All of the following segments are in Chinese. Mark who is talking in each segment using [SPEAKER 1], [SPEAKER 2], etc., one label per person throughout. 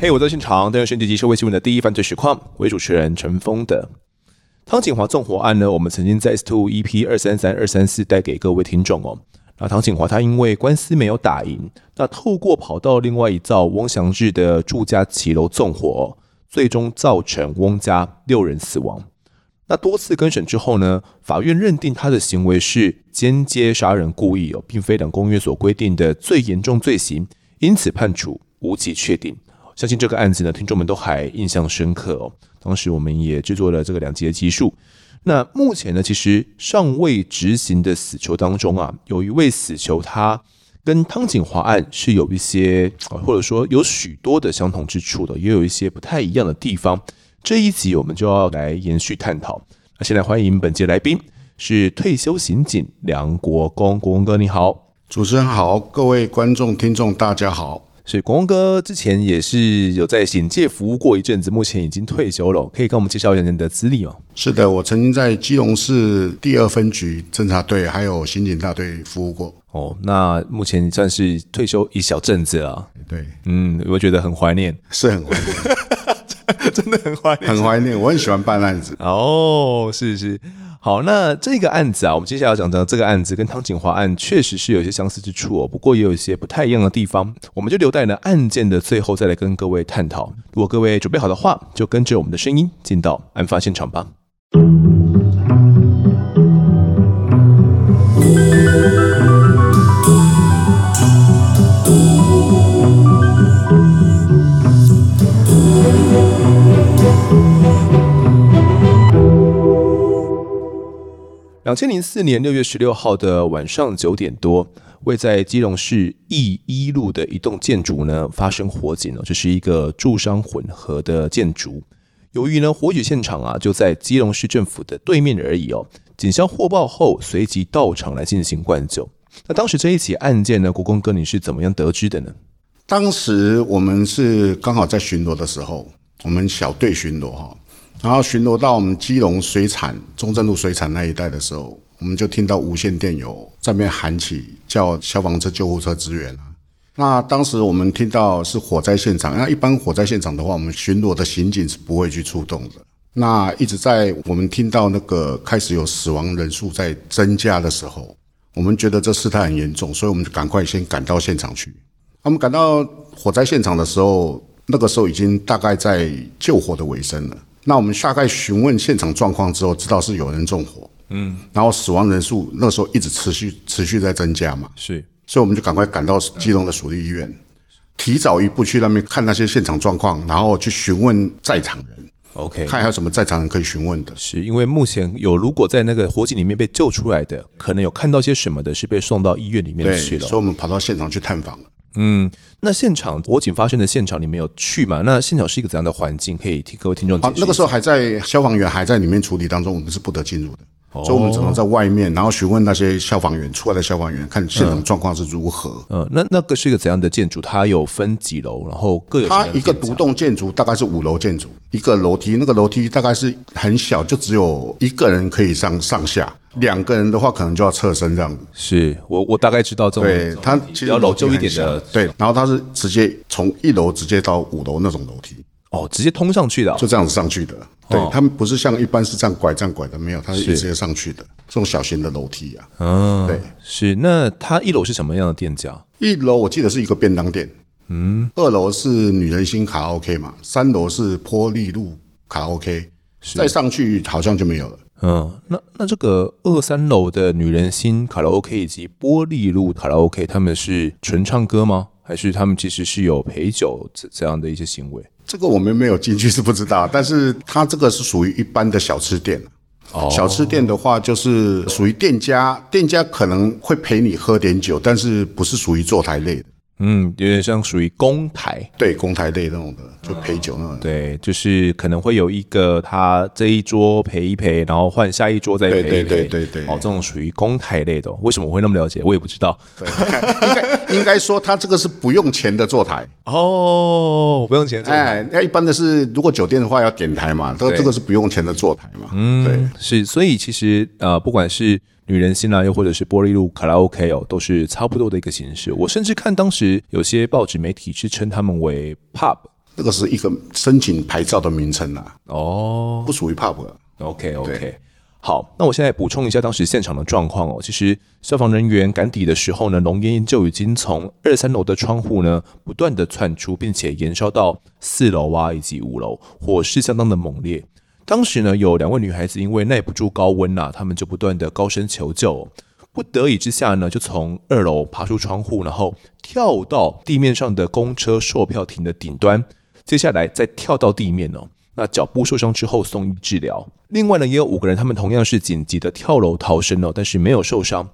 [SPEAKER 1] 嘿、我在现场，带您选几集社会新闻的第一犯罪实况，我是主持人陈峰的。汤景华纵火案呢，我们曾经在 S Two EP 二三三二三四带给各位听众哦。那汤景华他因为官司没有打赢，那透过跑到另外一造翁祥志的住家骑楼纵火、哦最终造成翁家六人死亡。那多次更审之后呢，法院认定他的行为是间接杀人故意哦，并非两公约所规定的最严重罪行，因此判处无期确定。相信这个案子呢，听众们都还印象深刻哦。当时我们也制作了这个两集的集数。那目前呢，其实尚未执行的死囚当中啊，有一位死囚他跟汤景华案是有一些，呃或者说有许多的相同之处的，也有一些不太一样的地方。这一集我们就要来延续探讨。那先来欢迎本节来宾是退休刑警梁国公，国公哥你好。
[SPEAKER 2] 主持人好，各位观众、听众大家好。
[SPEAKER 1] 所以国公哥之前也是有在警界服务过一阵子，目前已经退休了，可以跟我们介绍一下你的资历吗？
[SPEAKER 2] 是的，我曾经在基隆市第二分局侦查队还有刑警大队服务过。
[SPEAKER 1] 哦，那目前算是退休一小阵子了，
[SPEAKER 2] 对，
[SPEAKER 1] 嗯，我觉得很怀念，
[SPEAKER 2] 是很怀 念，
[SPEAKER 1] 真的很怀念。
[SPEAKER 2] 很怀念。我很喜欢办案子。
[SPEAKER 1] 哦，是是，好，那这个案子啊，我们接下来要讲的这个案子跟汤景华案确实是有一些相似之处哦，不过也有一些不太一样的地方，我们就留待呢案件的最后再来跟各位探讨。如果各位准备好的话，就跟着我们的声音进到案发现场吧。两千零四年六月十六号的晚上九点多，位在基隆市义一路的一栋建筑呢发生火警哦了，这是一个住商混合的建筑。由于呢火警现场啊就在基隆市政府的对面而已哦，警消获报后随即到场来进行灌救。那当时这一起案件呢，国公哥你是怎么样得知的呢？
[SPEAKER 2] 当时我们是刚好在巡逻的时候，我们小队巡逻哈，然后巡逻到我们基隆水产中正路水产那一带的时候，我们就听到无线电有在那边喊起叫消防车、救护车支援啊。那当时我们听到是火灾现场，那一般火灾现场的话，我们巡逻的刑警是不会去出动的。那一直在我们听到那个开始有死亡人数在增加的时候，我们觉得这事态很严重，所以我们就赶快先赶到现场去。他啊们赶到火灾现场的时候，那个时候已经大概在救火的尾声了。那我们大概询问现场状况之后，知道是有人纵火，嗯，然后死亡人数那时候一直持续持续在增加嘛，
[SPEAKER 1] 是
[SPEAKER 2] 所以我们就赶快赶到基隆的属地医院，提早一步去那边看那些现场状况，然后去询问在场人，
[SPEAKER 1] OK，
[SPEAKER 2] 看还有什么在场人可以询问的。
[SPEAKER 1] 是因为目前有如果在那个火警里面被救出来的，可能有看到些什么的，是被送到医院里面
[SPEAKER 2] 对，
[SPEAKER 1] 去了
[SPEAKER 2] 所以。我们跑到现场去探访了。
[SPEAKER 1] 那现场火警发生的现场，你们有去吗？那现场是一个怎样的环境？可以替各位听众解
[SPEAKER 2] 啊
[SPEAKER 1] 释。，
[SPEAKER 2] 那个时候还在消防员还在里面处理当中，我们是不得进入的，
[SPEAKER 1] 哦
[SPEAKER 2] 所以我们只能在外面，然后询问那些消防员出来的消防员，看现场状况是如何。
[SPEAKER 1] 嗯，那那个是一个怎样的建筑？它有分几楼，然后各有什么
[SPEAKER 2] 它
[SPEAKER 1] 样的
[SPEAKER 2] 一个
[SPEAKER 1] 建
[SPEAKER 2] 独
[SPEAKER 1] 材
[SPEAKER 2] 栋建筑大概是五楼建筑，一个楼梯，那个楼梯大概是很小，就只有一个人可以上上下，两个人的话可能就要侧身这样子。
[SPEAKER 1] 是我我大概知道这种
[SPEAKER 2] 对，它
[SPEAKER 1] 比
[SPEAKER 2] 其实
[SPEAKER 1] 较
[SPEAKER 2] 楼
[SPEAKER 1] 老
[SPEAKER 2] 梯
[SPEAKER 1] 旧一
[SPEAKER 2] 很
[SPEAKER 1] 点的
[SPEAKER 2] 小对，然后它是直接从一楼直接到五楼那种楼梯，
[SPEAKER 1] 哦，直接通上去的哦、
[SPEAKER 2] 就这样子上去的。对，他们不是像一般是这样拐这样拐的，没有，它是
[SPEAKER 1] 是
[SPEAKER 2] 直接上去的，这种小型的楼梯啊。
[SPEAKER 1] 嗯，
[SPEAKER 2] 对，
[SPEAKER 1] 是。那它一楼是什么样的店家？
[SPEAKER 2] 一楼我记得是一个便当店，嗯，二楼是女人心卡拉 OK 嘛，三楼是坡利路卡拉 OK，再上去好像就没有了。
[SPEAKER 1] 嗯，那那这个二三楼的女人心卡拉 OK 以及玻璃路卡拉 OK，他们是纯唱歌吗？还是他们其实是有陪酒这这样的一些行为？
[SPEAKER 2] 这个我们没有进去是不知道，但是它这个是属于一般的小吃店。
[SPEAKER 1] 哦
[SPEAKER 2] 小吃店的话，就是属于店家，店家可能会陪你喝点酒，但是不是属于坐台类的，
[SPEAKER 1] 嗯，有点像属于公台，
[SPEAKER 2] 对，公台类那种的，就陪酒那种。
[SPEAKER 1] 对，就是可能会有一个他这一桌陪一陪，然后换下一桌再陪一陪，
[SPEAKER 2] 对对对对对
[SPEAKER 1] 哦，这种属于公台类的哦、为什么我会那么了解？我也不知道。
[SPEAKER 2] 应该应该说，它这个是不用钱的坐台。
[SPEAKER 1] 哦，不用钱，
[SPEAKER 2] 哎，那一般的是，如果酒店的话要点台嘛，这
[SPEAKER 1] 对
[SPEAKER 2] 这个是不用钱的坐台嘛。嗯，对，
[SPEAKER 1] 是，所以其实呃，不管是女人心啊，又或者是玻璃路卡拉 OK 哦，都是差不多的一个形式。我甚至看当时有些报纸媒体是称他们为 pub，
[SPEAKER 2] 那个是一个申请牌照的名称啊，
[SPEAKER 1] 哦
[SPEAKER 2] 不属于 pub 啊。
[SPEAKER 1] ，OK OK，好，那我现在补充一下当时现场的状况哦。其实消防人员赶抵的时候呢，浓烟就已经从二三楼的窗户呢不断的窜出，并且延烧到四楼啊以及五楼，火势相当的猛烈。当时呢，有两位女孩子因为耐不住高温呐、她们就不断的高声求救哦、不得已之下呢，就从二楼爬出窗户，然后跳到地面上的公车售票亭的顶端，接下来再跳到地面哦。那脚部受伤之后送医治疗。另外呢，也有五个人，他们同样是紧急的跳楼逃生哦，但是没有受伤。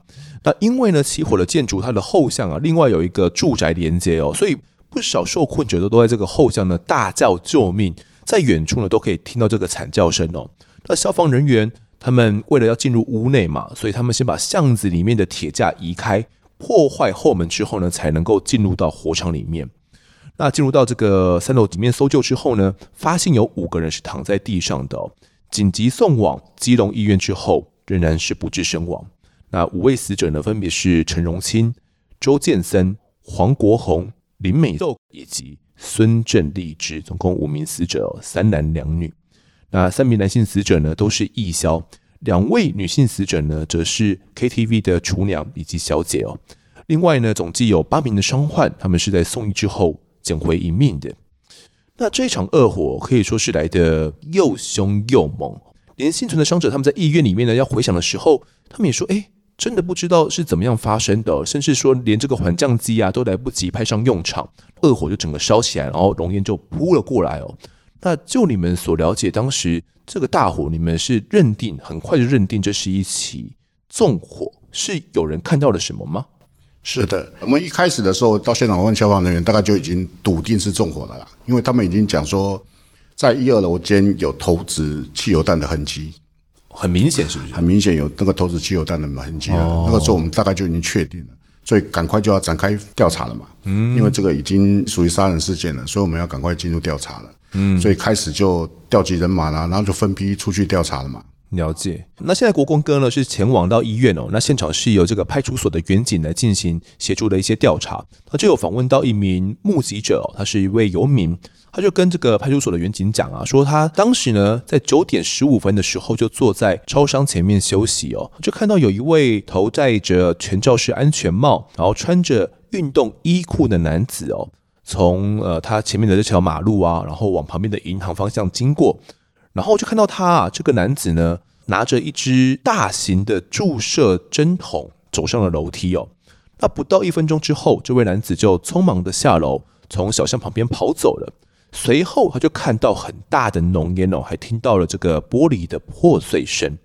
[SPEAKER 1] 那因为呢，起火的建筑它的后巷啊，另外有一个住宅连接哦，所以不少受困者都都在这个后巷呢大叫救命，在远处呢都可以听到这个惨叫声哦。那消防人员他们为了要进入屋内嘛，所以他们先把巷子里面的铁架移开，破坏后门之后呢，才能够进入到火场里面。那进入到这个三楼里面搜救之后呢，发现有五个人是躺在地上的、哦，紧急送往基隆医院之后，仍然是不治身亡。那五位死者呢，分别是陈荣清、周建森、黄国宏、林美秀以及孙正立之，总共五名死者、哦，三男两女。那三名男性死者呢都是义消，两位女性死者呢则是 KTV 的厨娘以及小姐哦。另外呢，总计有八名的伤患，他们是在送医之后捡回一命的。那这场恶火可以说是来的又凶又猛，连幸存的伤者他们在医院里面呢要回想的时候，他们也说：“哎，真的不知道是怎么样发生的哦，甚至说连这个缓降机啊都来不及派上用场，恶火就整个烧起来，然后浓烟就扑了过来哦。”那就你们所了解，当时这个大火，你们是认定很快就认定这是一起纵火，是有人看到了什么吗？
[SPEAKER 2] 是的，我们一开始的时候到现场问消防人员，大概就已经笃定是纵火了啦，因为他们已经讲说，在一二楼间有投掷汽油弹的痕迹，
[SPEAKER 1] 很明显，是不是？
[SPEAKER 2] 很明显有那个投掷汽油弹的痕迹了。那个时候我们大概就已经确定了，所以赶快就要展开调查了嘛。嗯，因为这个已经属于杀人事件了，所以我们要赶快进入调查了。嗯，所以开始就调集人马啦，然后就分批出去调查了嘛。
[SPEAKER 1] 了解。那现在国光哥呢是前往到医院哦，那现场是由这个派出所的员警来进行协助的一些调查。他就有访问到一名目击者、哦，他是一位游民，他就跟这个派出所的员警讲啊，说他当时呢在九点十五分的时候就坐在超商前面休息哦，就看到有一位头戴着全罩式安全帽，然后穿着运动衣裤的男子哦。从呃，他前面的这条马路啊，然后往旁边的银行方向经过，然后我就看到他啊，这个男子呢，拿着一支大型的注射针筒走上了楼梯哦。那不到一分钟之后，这位男子就匆忙的下楼，从小巷旁边跑走了。随后他就看到很大的浓烟哦，还听到了这个玻璃的破碎声。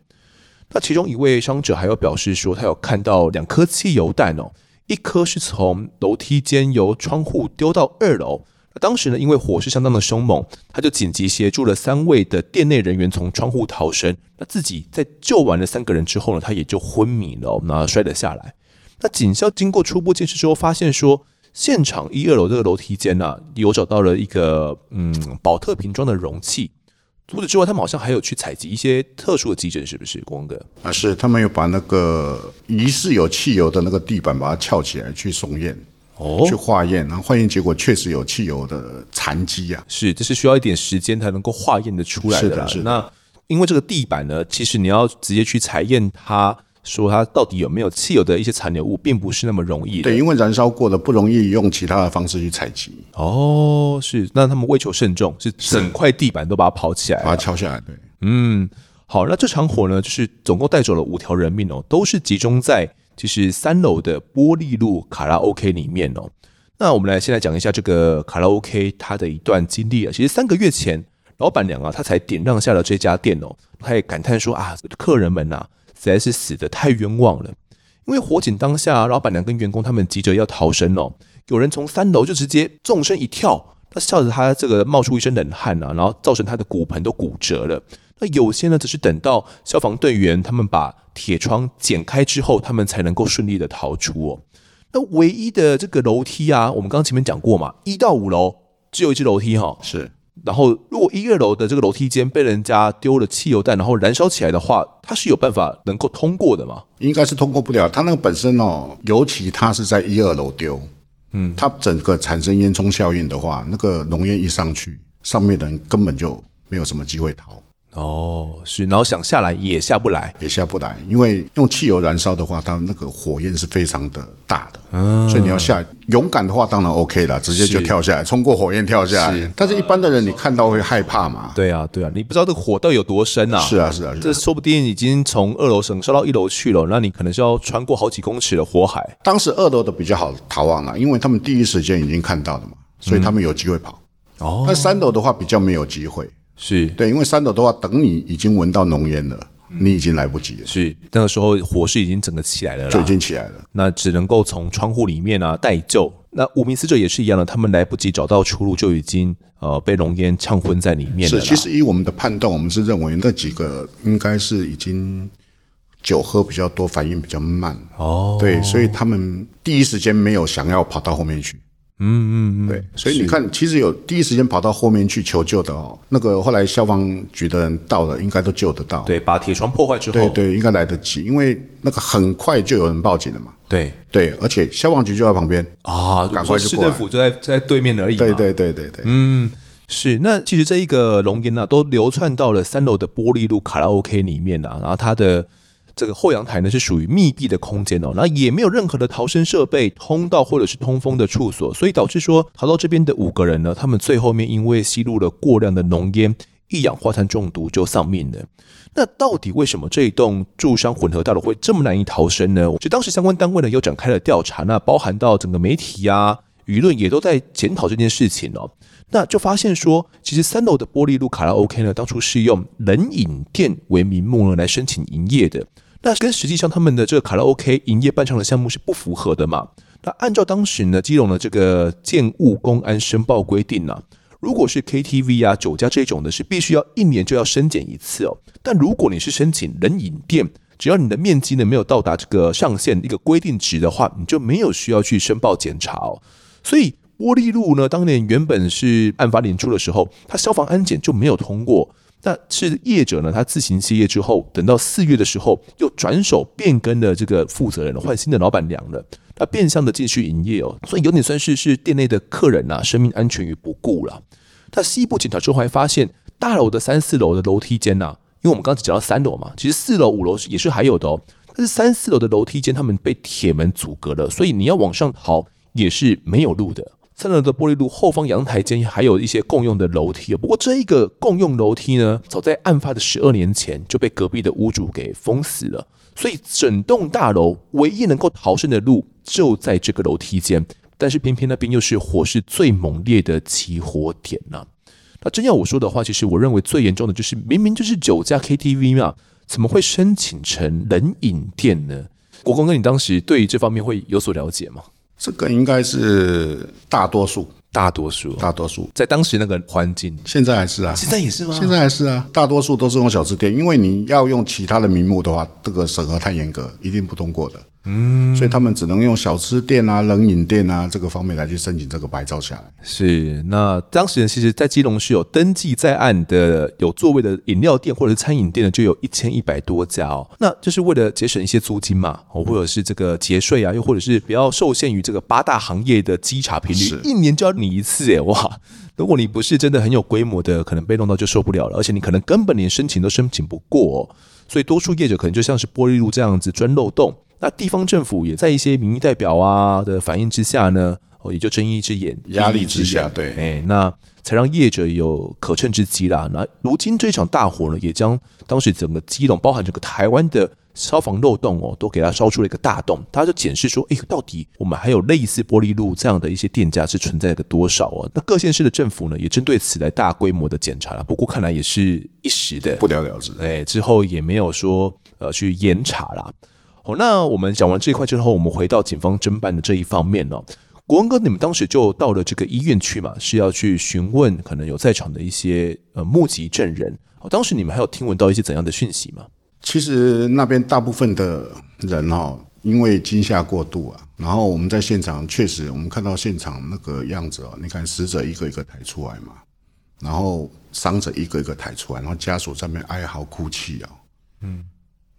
[SPEAKER 1] 那其中一位伤者还有表示说，他有看到两颗汽油弹哦，一颗是从楼梯间由窗户丢到二楼。那当时呢，因为火势相当的凶猛，他就紧急协助了三位的店内人员从窗户逃生。那自己在救完了三个人之后呢，他也就昏迷了、哦，那摔了下来。那警校经过初步监视之后，发现说，现场一二楼这个楼梯间呢、啊有找到了一个嗯保特瓶装的容器。除此之外，他们好像还有去采集一些特殊的急诊，是不是，光哥？
[SPEAKER 2] 啊，是他们有把那个疑似有汽油的那个地板把它撬起来去送验，
[SPEAKER 1] 哦
[SPEAKER 2] 去化验，然后化验结果确实有汽油的残迹啊。
[SPEAKER 1] 是，这是需要一点时间才能够化验的出来
[SPEAKER 2] 是
[SPEAKER 1] 的
[SPEAKER 2] 的
[SPEAKER 1] 啦。
[SPEAKER 2] 是的
[SPEAKER 1] 那因为这个地板呢，其实你要直接去采验它，说它到底有没有汽油的一些残留物，并不是那么容易的。
[SPEAKER 2] 对，因为燃烧过的不容易用其他的方式去采集，
[SPEAKER 1] 哦，是，那他们为求慎重，是整块地板都把它刨起来
[SPEAKER 2] 把它敲下来。对，
[SPEAKER 1] 嗯，好，那这场火呢，就是总共带走了五条人命哦，都是集中在就是三楼的玻璃路卡拉 OK 里面哦。那我们来先来讲一下这个卡拉 OK 它的一段经历啊。其实三个月前，老板娘啊，她才典让下了这家店哦，她也感叹说啊，客人们呐、实在是死的太冤枉了。因为火警当下，老板娘跟员工他们急着要逃生哦，有人从三楼就直接纵身一跳，那吓得他这个冒出一身冷汗啊，然后造成他的骨盆都骨折了。那有些呢，只是等到消防队员他们把铁窗剪开之后，他们才能够顺利的逃出哦。那唯一的这个楼梯啊，我们刚刚前面讲过嘛，一到五楼只有一只楼梯哈、
[SPEAKER 2] 是
[SPEAKER 1] 然后，如果一二楼的这个楼梯间被人家丢了汽油弹，然后燃烧起来的话，它是有办法能够通过的嘛？
[SPEAKER 2] 应该是通过不了。它那个本身哦，尤其它是在一二楼丢，嗯，它整个产生烟囱效应的话，那个浓烟一上去，上面的人根本就没有什么机会逃，
[SPEAKER 1] 哦，是，然后想下来也下不来，
[SPEAKER 2] 也下不来，因为用汽油燃烧的话，它那个火焰是非常的大的，嗯，所以你要下勇敢的话当然 OK 了，直接就是跳下来，冲过火焰跳下来。但是一般的人你看到会害怕嘛？
[SPEAKER 1] 对啊，对啊，你不知道这个火到底有多深啊！
[SPEAKER 2] 是啊，是啊，是啊
[SPEAKER 1] 这说不定已经从二楼省烧到一楼去了，那你可能是要穿过好几公尺的火海。
[SPEAKER 2] 当时二楼的比较好逃亡了，因为他们第一时间已经看到了嘛，所以他们有机会跑。
[SPEAKER 1] 哦，
[SPEAKER 2] 但三楼的话比较没有机会，
[SPEAKER 1] 是
[SPEAKER 2] 对，因为三楼的话，等你已经闻到浓烟了，你已经来不及了，
[SPEAKER 1] 是，那个时候火势已经整个起来了
[SPEAKER 2] 就已
[SPEAKER 1] 啦，
[SPEAKER 2] 经起来了。
[SPEAKER 1] 那只能够从窗户里面啊待救。那无名死者也是一样的，他们来不及找到出路，就已经呃被浓烟呛昏在里嗯面了
[SPEAKER 2] 是，
[SPEAKER 1] 啦。
[SPEAKER 2] 其实以我们的判断，我们是认为那几个应该是已经酒喝比较多，反应比较慢。
[SPEAKER 1] 哦，
[SPEAKER 2] 对，所以他们第一时间没有想要跑到后面去。嗯嗯嗯，对，所以你看，其实有第一时间跑到后面去求救的哦，那个后来消防局的人到了，应该都救得到。
[SPEAKER 1] 对，把铁窗破坏之后，
[SPEAKER 2] 对对，应该来得及，因为那个很快就有人报警了嘛。
[SPEAKER 1] 对
[SPEAKER 2] 对，而且消防局就在旁边。
[SPEAKER 1] 啊，
[SPEAKER 2] 赶快就
[SPEAKER 1] 市
[SPEAKER 2] 过来
[SPEAKER 1] 政府就在在对面而已嘛。
[SPEAKER 2] 对对对对对，嗯，
[SPEAKER 1] 是，那其实这一个龙吟啊，都流窜到了三楼的玻璃路卡拉 OK 里面啊，然后它的这个后阳台呢是属于密闭的空间哦，那也没有任何的逃生设备、通道或者是通风的处所，所以导致说逃到这边的五个人呢，他们最后面因为吸入了过量的浓烟。一氧化碳中毒就丧命了。那到底为什么这一栋住商混合大楼会这么难以逃生呢？就当时相关单位呢又展开了调查，那包含到整个媒体啊、舆论也都在检讨这件事情哦。那就发现说，其实三楼的玻璃路卡拉 OK 呢，当初是用冷饮店为名目呢来申请营业的。那跟实际上他们的这个卡拉 OK 营业办唱的项目是不符合的嘛？那按照当时呢，基隆的这个建物公安申报规定呢、如果是 KTV 啊、酒家这种的，是必须要一年就要申检一次哦。但如果你是申请冷饮店，只要你的面积呢没有到达这个上限一个规定值的话，你就没有需要去申报检查哦。所以玻璃路呢，当年原本是案发年初的时候，它消防安检就没有通过。那是业者呢，他自行歇业之后，等到四月的时候，又转手变更了这个负责人了，换新的老板娘了。那变相的继续营业哦，所以有点算是是店内的客人呐、啊生命安全于不顾了。那西部警察之后还发现，大楼的三四楼的楼梯间呐、因为我们刚才讲到三楼嘛，其实四楼、五楼也是还有的哦。但是三四楼的楼梯间，他们被铁门阻隔了，所以你要往上逃也是没有路的。三楼的玻璃路后方阳台间还有一些共用的楼梯哦，不过这一个共用楼梯呢，早在案发的十二年前就被隔壁的屋主给封死了，所以整栋大楼唯一能够逃生的路就在这个楼梯间，但是偏偏那边又是火势最猛烈的起火点呐、那真要我说的话，其实我认为最严重的就是，明明就是酒驾 KTV 嘛，怎么会申请成冷饮店呢？国公哥，你当时对于这方面会有所了解吗？
[SPEAKER 2] 这个应该是大多数，
[SPEAKER 1] 大多数
[SPEAKER 2] 大多数，
[SPEAKER 1] 在当时那个环境，
[SPEAKER 2] 现在还是啊，
[SPEAKER 1] 现在也是吗？
[SPEAKER 2] 现在还是啊，大多数都是用小吃店，因为你要用其他的名目的话，这个审核太严格，一定不通过的。嗯，所以他们只能用小吃店啊、冷饮店啊这个方面来去申请这个牌照下来。
[SPEAKER 1] 是，那当时其实，在基隆是有登记在案的有座位的饮料店或者是餐饮店的，就有一千一百多家哦。那就是为了节省一些租金嘛，哦，或者是这个节税啊，又或者是不要受限于这个八大行业的稽查频率
[SPEAKER 2] 是，
[SPEAKER 1] 一年就要拟一次哎，哇！如果你不是真的很有规模的，可能被弄到就受不了了，而且你可能根本连申请都申请不过、哦。所以多数业者可能就像是玻璃路这样子钻漏洞。那地方政府也在一些民意代表啊的反应之下呢，哦，也就睁一只眼
[SPEAKER 2] 压力之下
[SPEAKER 1] 眼
[SPEAKER 2] 对
[SPEAKER 1] 哎，那才让业者有可乘之机啦。那如今这场大火呢，也将当时整个基隆，包含整个台湾的消防漏洞哦，都给它烧出了一个大洞。大家就检视说，哎，到底我们还有类似玻璃路这样的一些店家是存在的多少哦？那各县市的政府呢，也针对此来大规模的检查了。不过看来也是一时的，
[SPEAKER 2] 不了了之。
[SPEAKER 1] 哎，之后也没有说呃去严查啦。好，那我们讲完这一块之后，我们回到警方侦办的这一方面哦。国文哥，你们当时就到了这个医院去嘛，是要去询问可能有在场的一些呃目击证人。哦，当时你们还有听闻到一些怎样的讯息吗？
[SPEAKER 2] 其实那边大部分的人哦，因为惊吓过度啊，然后我们在现场确实，我们看到现场那个样子哦，你看死者一个一个抬出来嘛，然后伤者一个一个抬出来，然后家属在那边哀嚎哭泣哦，嗯，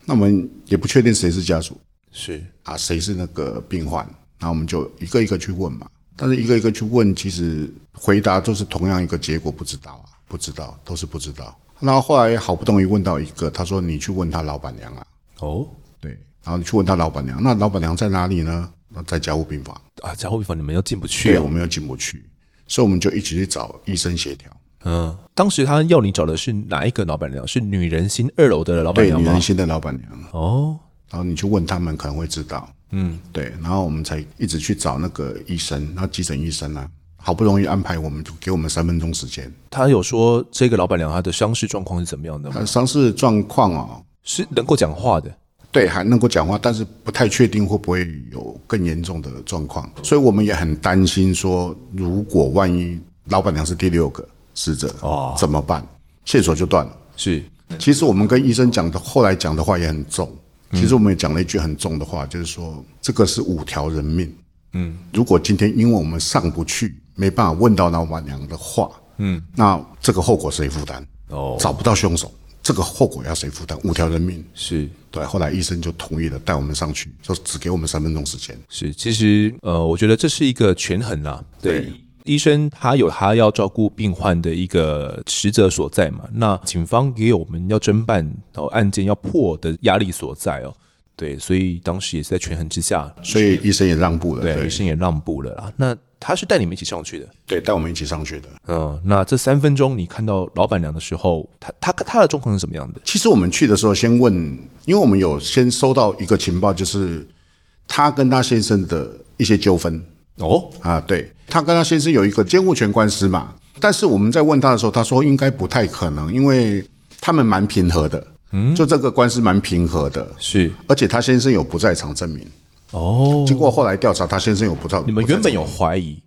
[SPEAKER 2] 那我们也不确定谁是家属
[SPEAKER 1] 是
[SPEAKER 2] 啊，谁是那个病患，然后我们就一个一个去问嘛，但是一个一个去问，其实回答都是同样一个结果，不知道啊，不知道，都是不知道。然后后来好不容易问到一个，他说你去问他老板娘啊，
[SPEAKER 1] 哦
[SPEAKER 2] 对，然后你去问他老板娘，那老板娘在哪里呢？那在家务病房，
[SPEAKER 1] 啊，加护病房你们又进不去
[SPEAKER 2] 对，
[SPEAKER 1] 哦
[SPEAKER 2] 我们又进不去，所以我们就一起去找医生协调。
[SPEAKER 1] 嗯，当时他要你找的是哪一个老板娘？是女人心二楼的老板
[SPEAKER 2] 对，
[SPEAKER 1] 娘
[SPEAKER 2] 女
[SPEAKER 1] 吗
[SPEAKER 2] 人？心的老板娘，
[SPEAKER 1] 哦，
[SPEAKER 2] 然后你去问他们，可能会知道。嗯，对，然后我们才一直去找那个医生，然后急诊医生啊，好不容易安排我们，就给我们三分钟时间。
[SPEAKER 1] 他有说这个老板娘她的伤势状况是怎么样的吗？
[SPEAKER 2] 他伤势呃状况哦，
[SPEAKER 1] 是能够讲话的，
[SPEAKER 2] 对，还能够讲话，但是不太确定会不会有更严重的状况，所以我们也很担心说，如果万一老板娘是第六个死者，
[SPEAKER 1] 哦
[SPEAKER 2] 怎么办？线索就断了。
[SPEAKER 1] 是
[SPEAKER 2] 其实我们跟医生讲的，后来讲的话也很重。其实我们也讲了一句很重的话，就是说这个是五条人命。嗯，如果今天因为我们上不去，没办法问到老板娘的话，嗯，那这个后果谁负担？
[SPEAKER 1] 哦，
[SPEAKER 2] 找不到凶手，这个后果要谁负担？五条人命。
[SPEAKER 1] 是
[SPEAKER 2] 对，后来医生就同意了，带我们上去，说只给我们三分钟时间。
[SPEAKER 1] 是，其实呃，我觉得这是一个权衡啦。对，医生他有他要照顾病患的一个职责所在嘛，那警方也有我们要侦办然后案件要破的压力所在哦。对，所以当时也是在权衡之下，
[SPEAKER 2] 所以医生也让步了，
[SPEAKER 1] 对，
[SPEAKER 2] 对
[SPEAKER 1] 医生也让步了啦。那他是带你们一起上去的，
[SPEAKER 2] 对，带我们一起上去的。
[SPEAKER 1] 嗯，那这三分钟你看到老板娘的时候，她她她的状况是什么样的？
[SPEAKER 2] 其实我们去的时候，先问，因为我们有先收到一个情报，就是她跟她先生的一些纠纷
[SPEAKER 1] 哦，
[SPEAKER 2] 啊，对，她跟她先生有一个监护权官司嘛。但是我们在问她的时候，她说应该不太可能，因为他们蛮平和的，嗯，就这个官司蛮平和的，
[SPEAKER 1] 是
[SPEAKER 2] 而且她先生有不在场证明。
[SPEAKER 1] 哦，
[SPEAKER 2] 经过后来调查，她先生有不在。
[SPEAKER 1] 你们原本有怀疑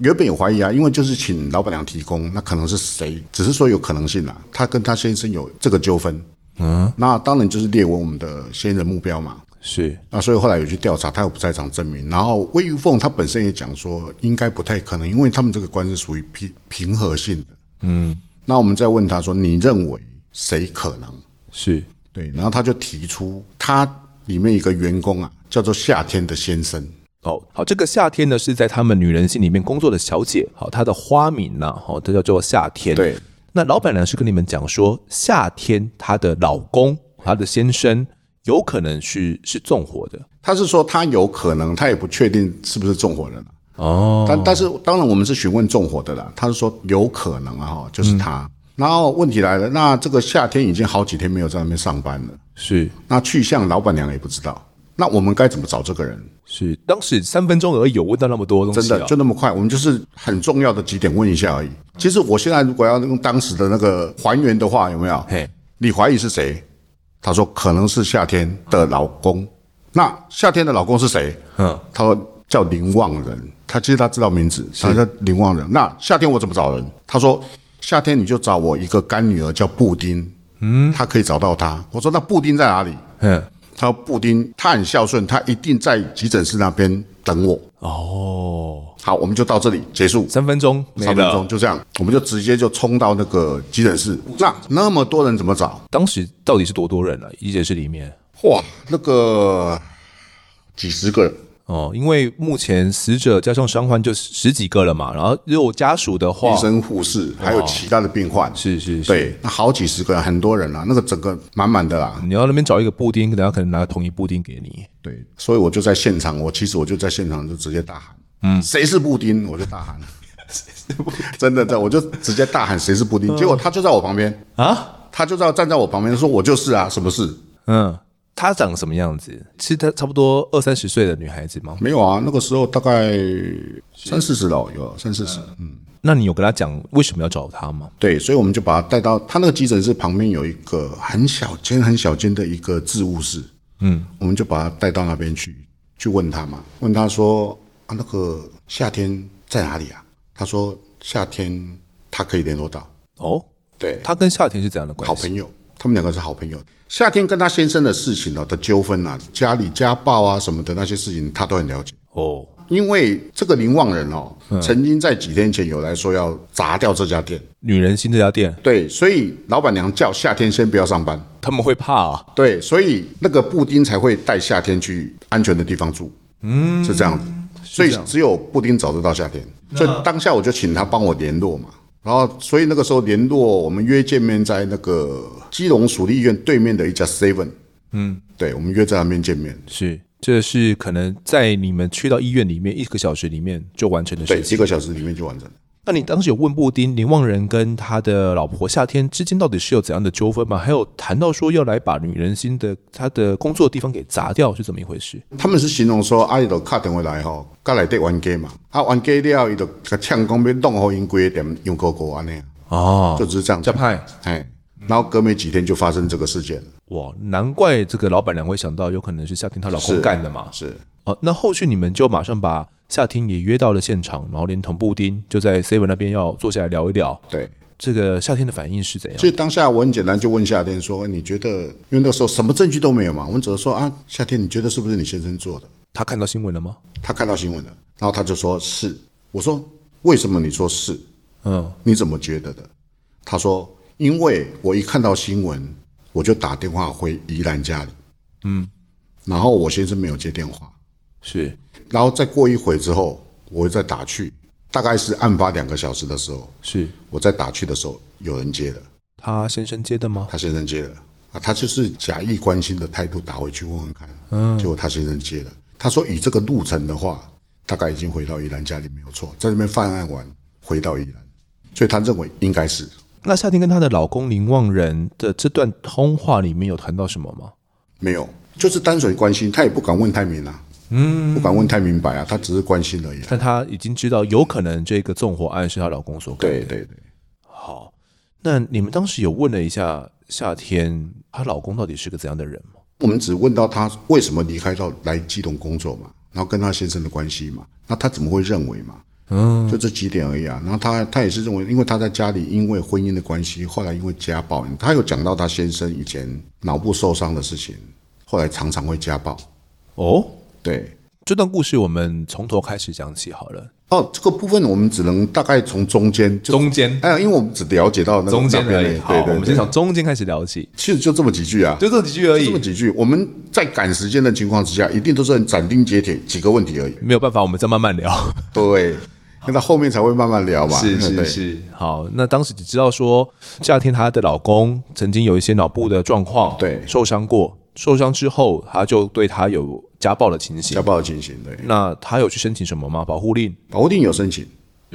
[SPEAKER 2] 原本有怀疑啊，因为就是请老板娘提供，那可能是谁？只是说有可能性啦、她跟她先生有这个纠纷，嗯，那当然就是列为我们的先人目标嘛。
[SPEAKER 1] 是
[SPEAKER 2] 那所以后来有去调查，她有不在场证明。然后魏玉凤她本身也讲说，应该不太可能，因为他们这个官司属于平平和性的，嗯。那我们再问她说，你认为谁可能？
[SPEAKER 1] 是
[SPEAKER 2] 对，然后她就提出，她里面一个员工啊，叫做夏天的先生，
[SPEAKER 1] 哦，好，这个夏天呢是在他们女人心里面工作的小姐，好，她的花名呢、好，哦，这叫做夏天。
[SPEAKER 2] 对，
[SPEAKER 1] 那老板娘是跟你们讲说，夏天她的老公，她的先生有可能是是纵火的
[SPEAKER 2] 她是说她有可能，她也不确定是不是纵火人啊。
[SPEAKER 1] 哦，
[SPEAKER 2] 但但是当然我们是询问纵火的啦，他是说有可能啊哈，就是他。然后问题来了，那这个夏天已经好几天没有在那边上班了，
[SPEAKER 1] 是
[SPEAKER 2] 那去向老板娘也不知道，那我们该怎么找这个人？
[SPEAKER 1] 是，当时三分钟而已，有问到那么多东西、啊，
[SPEAKER 2] 真的就那么快？我们就是很重要的几点问一下而已。其实我现在如果要用当时的那个还原的话，有没有？
[SPEAKER 1] 嘿，
[SPEAKER 2] 你怀疑是谁？他说可能是夏天的老公。那夏天的老公是谁？
[SPEAKER 1] 嗯，
[SPEAKER 2] 他说叫林旺人，他其实他知道名字，他叫林旺人。那夏天我怎么找人？他说夏天你就找我一个干女儿叫布丁，嗯，他可以找到他。我说那布丁在哪里？
[SPEAKER 1] 嗯，
[SPEAKER 2] 他说布丁他很孝顺，他一定在急诊室那边等我。
[SPEAKER 1] 哦，
[SPEAKER 2] 好，我们就到这里结束。
[SPEAKER 1] 三分钟没
[SPEAKER 2] 三分
[SPEAKER 1] 了
[SPEAKER 2] 钟。就这样，我们就直接就冲到那个急诊室。那那么多人怎么找？
[SPEAKER 1] 当时到底是多多人啊？急诊室里面
[SPEAKER 2] 哇，那个几十个人，
[SPEAKER 1] 哦，因为目前死者加上伤患就十几个了嘛，然后如果家属的话
[SPEAKER 2] 医，生、护士，还有其他的病患，
[SPEAKER 1] 是是是，
[SPEAKER 2] 对，那好几十个人，很多人啊，那个整个满满的啊啦。
[SPEAKER 1] 你要那边找一个布丁，等下可能拿同一布丁给你，
[SPEAKER 2] 对，所以我就在现场，我其实我就在现场就直接大喊，嗯，谁是布丁？我就大喊，真的，真的，我就直接大喊谁是布丁。结果他就在我旁边
[SPEAKER 1] 啊，
[SPEAKER 2] 他就在站在我旁边说，我就是啊，什么事？
[SPEAKER 1] 嗯，她长什么样子？是她差不多二三十岁的女孩子吗？
[SPEAKER 2] 没有啊，那个时候大概三四十了，有三四十，
[SPEAKER 1] 那你有跟她讲为什么要找她吗？
[SPEAKER 2] 对，所以我们就把他带到他那个急诊室旁边有一个很小间、很小间的一个置物室，嗯，我们就把他带到那边去，去问他嘛，问他说啊，那个夏天在哪里啊？他说夏天他可以联络到，
[SPEAKER 1] 哦，
[SPEAKER 2] 对，
[SPEAKER 1] 她跟夏天是怎样的关
[SPEAKER 2] 好
[SPEAKER 1] 系？
[SPEAKER 2] 朋友，他们两个是好朋友。夏天跟他先生的事情呢、的纠纷啊，家里家暴啊什么的那些事情，他都很了解。
[SPEAKER 1] 哦，
[SPEAKER 2] 因为这个林旺人哦，曾经在几天前有来说要砸掉这家店，
[SPEAKER 1] 女人心这家店
[SPEAKER 2] 对，所以老板娘叫夏天先不要上班。
[SPEAKER 1] 他们会怕啊，
[SPEAKER 2] 对，所以那个布丁才会带夏天去安全的地方住。嗯，是这样子。所以
[SPEAKER 1] 这样
[SPEAKER 2] 只有布丁找得到夏天，所以当下我就请他帮我联络嘛。然后，所以那个时候联络我们约见面在那个基隆属立医院对面的一家 Seven，嗯，对，我们约在那边见面。
[SPEAKER 1] 是，这是可能在你们去到医院里面一个小时里面就完成的
[SPEAKER 2] 对，
[SPEAKER 1] 事
[SPEAKER 2] 一
[SPEAKER 1] 情。
[SPEAKER 2] 个小时里面就完成了。
[SPEAKER 1] 那你当时有问布丁林望人跟他的老婆夏天之间到底是有怎样的纠纷吗？还有谈到说要来把女人心的他的工作的地方给砸掉是怎么一回事？
[SPEAKER 2] 他们是形容说，啊，伊就敲电话来吼，甲内底冤家嘛，啊，冤家了，伊就甲呛讲要弄好因规个店杨哥哥安尼，啊
[SPEAKER 1] 哦，
[SPEAKER 2] 就只是这样
[SPEAKER 1] 这
[SPEAKER 2] 子
[SPEAKER 1] 样。派
[SPEAKER 2] 哎，然后隔没几天就发生这个事件了，
[SPEAKER 1] 哇，难怪这个老板娘会想到有可能是夏天她老公
[SPEAKER 2] 是
[SPEAKER 1] 干的嘛。
[SPEAKER 2] 是
[SPEAKER 1] 哦，那后续你们就马上把夏天也约到了现场，然后连同布丁就在 Seven 那边要坐下来聊一聊。
[SPEAKER 2] 对。
[SPEAKER 1] 这个夏天的反应是怎样？
[SPEAKER 2] 所以当下我很简单就问夏天说，你觉得，因为那个时候什么证据都没有嘛，我们只是说啊，夏天你觉得是不是你先生做的？
[SPEAKER 1] 他看到新闻了吗？
[SPEAKER 2] 他看到新闻了，然后他就说是。我说为什么你说是？
[SPEAKER 1] 嗯，
[SPEAKER 2] 你怎么觉得的？他说因为我一看到新闻，我就打电话回宜兰家里，嗯，然后我先生没有接电话，
[SPEAKER 1] 是
[SPEAKER 2] 然后再过一会之后，我再打去，大概是案发两个小时的时候，
[SPEAKER 1] 是，
[SPEAKER 2] 我再打去的时候，有人接了，
[SPEAKER 1] 他先生接的吗？
[SPEAKER 2] 他先生接了啊，他就是假意关心的态度打回去问问看，嗯，结果他先生接了，他说以这个路程的话，大概已经回到宜兰家里没有错，在那边犯案完回到宜兰，所以他认为应该是
[SPEAKER 1] 那夏天跟她的老公林望仁的这段通话里面有谈到什么吗？
[SPEAKER 2] 没有，就是单纯关心，他也不敢问太明啊，嗯，不敢问太明白啊，他只是关心而已、啊，
[SPEAKER 1] 但她已经知道有可能这个纵火案是她老公所干的。
[SPEAKER 2] 对对对。
[SPEAKER 1] 好，那你们当时有问了一下夏天她老公到底是个怎样的人吗？
[SPEAKER 2] 我们只问到他为什么离开到来基隆工作嘛，然后跟他先生的关系嘛，那他怎么会认为嘛？嗯，就这几点而已啊。然后他他也是认为，因为他在家里因为婚姻的关系，后来因为家暴，他有讲到他先生以前脑部受伤的事情，后来常常会家暴。
[SPEAKER 1] 哦，
[SPEAKER 2] 对，
[SPEAKER 1] 这段故事我们从头开始讲起好了。
[SPEAKER 2] 哦，这个部分我们只能大概从中间，就
[SPEAKER 1] 中间，
[SPEAKER 2] 哎，因为我们只了解到那个
[SPEAKER 1] 中间
[SPEAKER 2] 那边
[SPEAKER 1] 而
[SPEAKER 2] 而
[SPEAKER 1] 已。
[SPEAKER 2] 已
[SPEAKER 1] 好，
[SPEAKER 2] 对对
[SPEAKER 1] 我们先
[SPEAKER 2] 对，
[SPEAKER 1] 从中间开始聊起，
[SPEAKER 2] 其实就这么几句啊，
[SPEAKER 1] 就这几句而
[SPEAKER 2] 这么
[SPEAKER 1] 已。
[SPEAKER 2] 几句。我们在赶时间的情况之下，一定都是很斩钉截铁几个问题而已。
[SPEAKER 1] 没有办法，我们再慢慢聊。
[SPEAKER 2] 对，那到后面才会慢慢聊嘛。对，
[SPEAKER 1] 是。好，那当时只知道说夏天她的老公曾经有一些脑部的状况，
[SPEAKER 2] 对
[SPEAKER 1] 受伤过，受伤之后她就对他有家暴的情形
[SPEAKER 2] 家。暴的情形，对，
[SPEAKER 1] 那她有去申请什么吗？保护令？
[SPEAKER 2] 保护令有申请，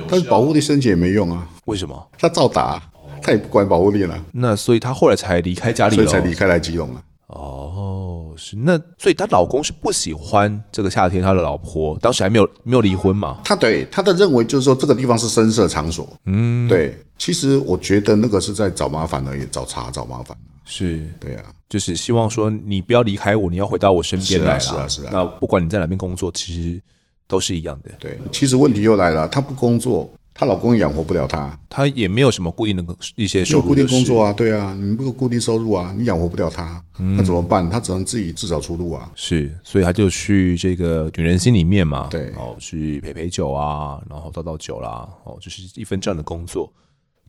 [SPEAKER 2] 但是保护令申请也没用啊，
[SPEAKER 1] 为什么？
[SPEAKER 2] 他照打啊，他也不管保护令了，
[SPEAKER 1] 那所以她后来才离开家里
[SPEAKER 2] 所
[SPEAKER 1] 了
[SPEAKER 2] 以才离开来基隆了。啊
[SPEAKER 1] 哦，是那所以她老公是不喜欢这个夏天她的老婆，当时还没有没有离婚嘛？
[SPEAKER 2] 他对他的认为就是说这个地方是深色场所，嗯，对。其实我觉得那个是在找麻烦而已，找茬找麻烦。
[SPEAKER 1] 是，
[SPEAKER 2] 对啊，
[SPEAKER 1] 就是希望说你不要离开我，你要回到我身边
[SPEAKER 2] 是啊
[SPEAKER 1] 来啦
[SPEAKER 2] 是啊是啊
[SPEAKER 1] 那不管你在哪边工作，其实都是一样的。
[SPEAKER 2] 对。其实问题又来了，她不工作，她老公养活不了她，
[SPEAKER 1] 她也没有什么固定的一些
[SPEAKER 2] 就
[SPEAKER 1] 收入，
[SPEAKER 2] 固定嗯工。作啊，对啊，你没有固定收入啊，你养活不了她，那怎么办？她只能自己自找出路啊。
[SPEAKER 1] 是，所以她就去这个女人心里面嘛，
[SPEAKER 2] 对
[SPEAKER 1] 然后去陪陪酒啊，然后倒倒酒啦，哦，就是一份这样的工作。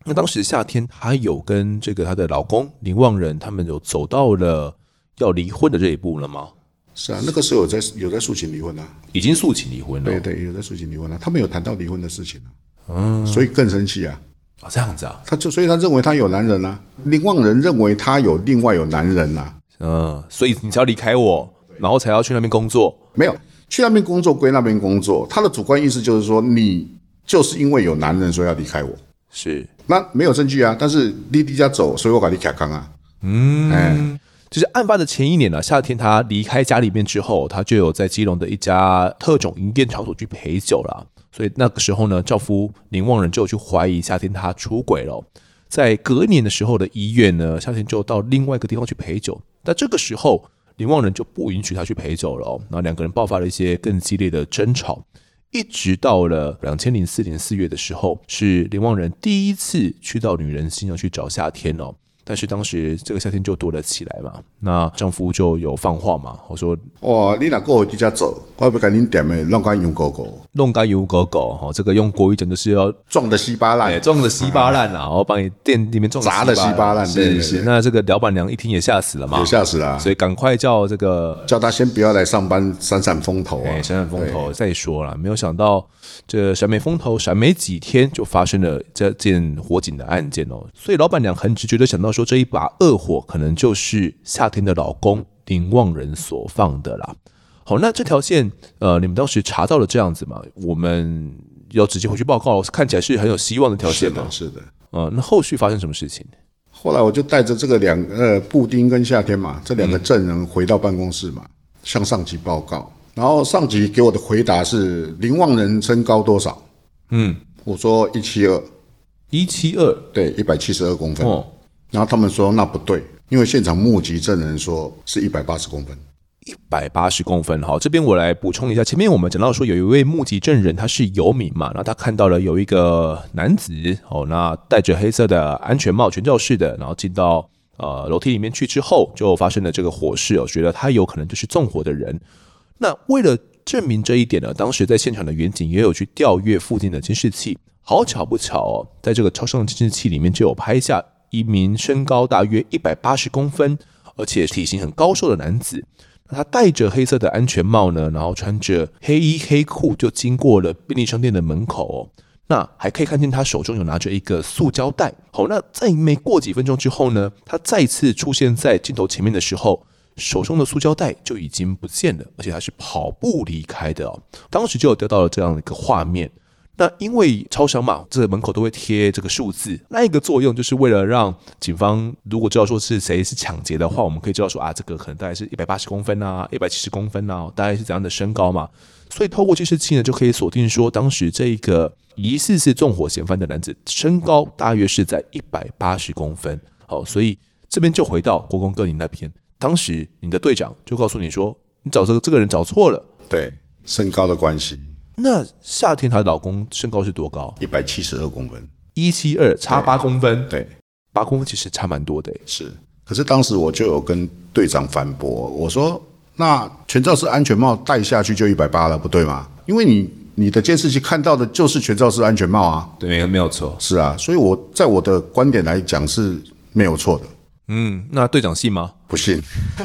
[SPEAKER 1] 那当时夏天，她有跟这个她的老公林望仁他们有走到了要离婚的这一步了吗？
[SPEAKER 2] 是啊，那个时候有在有在诉请离婚啊。
[SPEAKER 1] 已经诉请离婚了
[SPEAKER 2] 对对，有在诉请离婚了、他们有谈到离婚的事情啊，所以更生气啊。
[SPEAKER 1] 啊，这样子啊，
[SPEAKER 2] 他就所以他认为他有男人啊，林望人认为他有另外有男人啊，
[SPEAKER 1] 嗯，所以你才要离开我，然后才要去那边工作，
[SPEAKER 2] 没有去那边工作归那边工作，他的主观意识就是说你就是因为有男人所以要离开我，
[SPEAKER 1] 是，
[SPEAKER 2] 那没有证据啊，但是你离家走，所以我把你卡康啊，嗯，哎，
[SPEAKER 1] 就是案发的前一年呢、夏天他离开家里面之后，他就有在基隆的一家特种营业场所去陪酒了。所以那个时候呢，丈夫林望仁就有去怀疑夏天他出轨了。在隔年的时候的一月呢，夏天就到另外一个地方去陪酒。但这个时候，林望仁就不允许他去陪酒了、哦，然后两个人爆发了一些更激烈的争吵。一直到了两千零四年四月的时候，是林望仁第一次去到女人心要去找夏天哦。但是当时这个夏天就躲了起来嘛。那丈夫就有放话嘛，我说
[SPEAKER 2] 哇，你若过去遮做，我要甲恁店的弄甲羊狗狗，
[SPEAKER 1] 弄干油狗狗哈，这个用国语讲就是要
[SPEAKER 2] 撞得稀巴
[SPEAKER 1] 哎
[SPEAKER 2] 烂。
[SPEAKER 1] 撞的稀巴烂啊， 然后把你店里面撞得
[SPEAKER 2] 砸得稀巴烂对
[SPEAKER 1] 是
[SPEAKER 2] 对
[SPEAKER 1] 是。
[SPEAKER 2] 对
[SPEAKER 1] 那这个老板娘一听也吓死了嘛
[SPEAKER 2] 也，吓死啦！
[SPEAKER 1] 所以赶快叫这个
[SPEAKER 2] 叫他先不要来上班，闪闪风头啊！
[SPEAKER 1] 哎，闪闪风头再说了，没有想到这闪没风头，闪没几天就发生了这件火警的案件哦。所以老板娘很直觉的想到说，这一把恶火可能就是夏天的老公林旺人所放的啦。好，那这条线，呃，你们当时查到了这样子嘛？我们要直接回去报告，看起来是很有希望的条
[SPEAKER 2] 对
[SPEAKER 1] 线
[SPEAKER 2] 是
[SPEAKER 1] 嘛
[SPEAKER 2] 的，。是的。
[SPEAKER 1] 呃，那后续发生什么事情？
[SPEAKER 2] 后来我就带着这个两呃布丁跟夏天嘛这两个证人回到办公室嘛，向上级报告。然后上级给我的回答是：林旺人身高多少？
[SPEAKER 1] 嗯，
[SPEAKER 2] 我说一七二，
[SPEAKER 1] 一七二
[SPEAKER 2] 对，一百七十二公分。
[SPEAKER 1] 哦，
[SPEAKER 2] 然后他们说那不对，因为现场目击证人说是一百八十公分。
[SPEAKER 1] 百八十公分。好，这边我来补充一下，前面我们讲到说有一位目击证人，他是游民嘛，然后他看到了有一个男子哦，那戴着黑色的安全帽，全罩式的，然后进到呃楼梯里面去之后，就发生了这个火势哦，觉得他有可能就是纵火的人。那为了证明这一点呢，当时在现场的远景也有去调阅附近的监视器。好巧不巧哦，在这个超商的监视器里面就有拍下一名身高大约一百八十公分，而且体型很高瘦的男子。那他戴着黑色的安全帽呢，然后穿着黑衣黑裤，就经过了便利商店的门口哦。那还可以看见他手中有拿着一个塑胶袋。好，那在没过几分钟之后呢，他再次出现在镜头前面的时候，手中的塑胶袋就已经不见了，而且他是跑步离开的哦。当时就有得到了这样的一个画面。那因为超商嘛，这个门口都会贴这个数字，那一个作用就是为了让警方如果知道说是谁是抢劫的话，我们可以知道说啊，这个可能大概是一百八十公分啊，一百七十公分啊，大概是怎样的身高嘛。所以透过监视器呢，就可以锁定说当时这个疑似是纵火嫌犯的男子身高大约是在一百八十公分。好，所以这边就回到国公哥您那边，当时你的队长就告诉你说，你找这个这个人找错了。
[SPEAKER 2] 对，身高的关系，
[SPEAKER 1] 那夏天她的老公身高是多高？
[SPEAKER 2] 一百七十二公分。
[SPEAKER 1] 一七二差八公分，
[SPEAKER 2] 对，
[SPEAKER 1] 八公分其实差蛮多的欸。
[SPEAKER 2] 是。可是当时我就有跟队长反驳，我说：“那全罩式安全帽戴下去就一百八了，不对吗？因为你你的监视器看到的就是全罩式安全帽啊。
[SPEAKER 1] 对，没有没有错。”
[SPEAKER 2] 是啊，所以我在我的观点来讲是没有错的。
[SPEAKER 1] 嗯，那队长信吗？
[SPEAKER 2] 不信，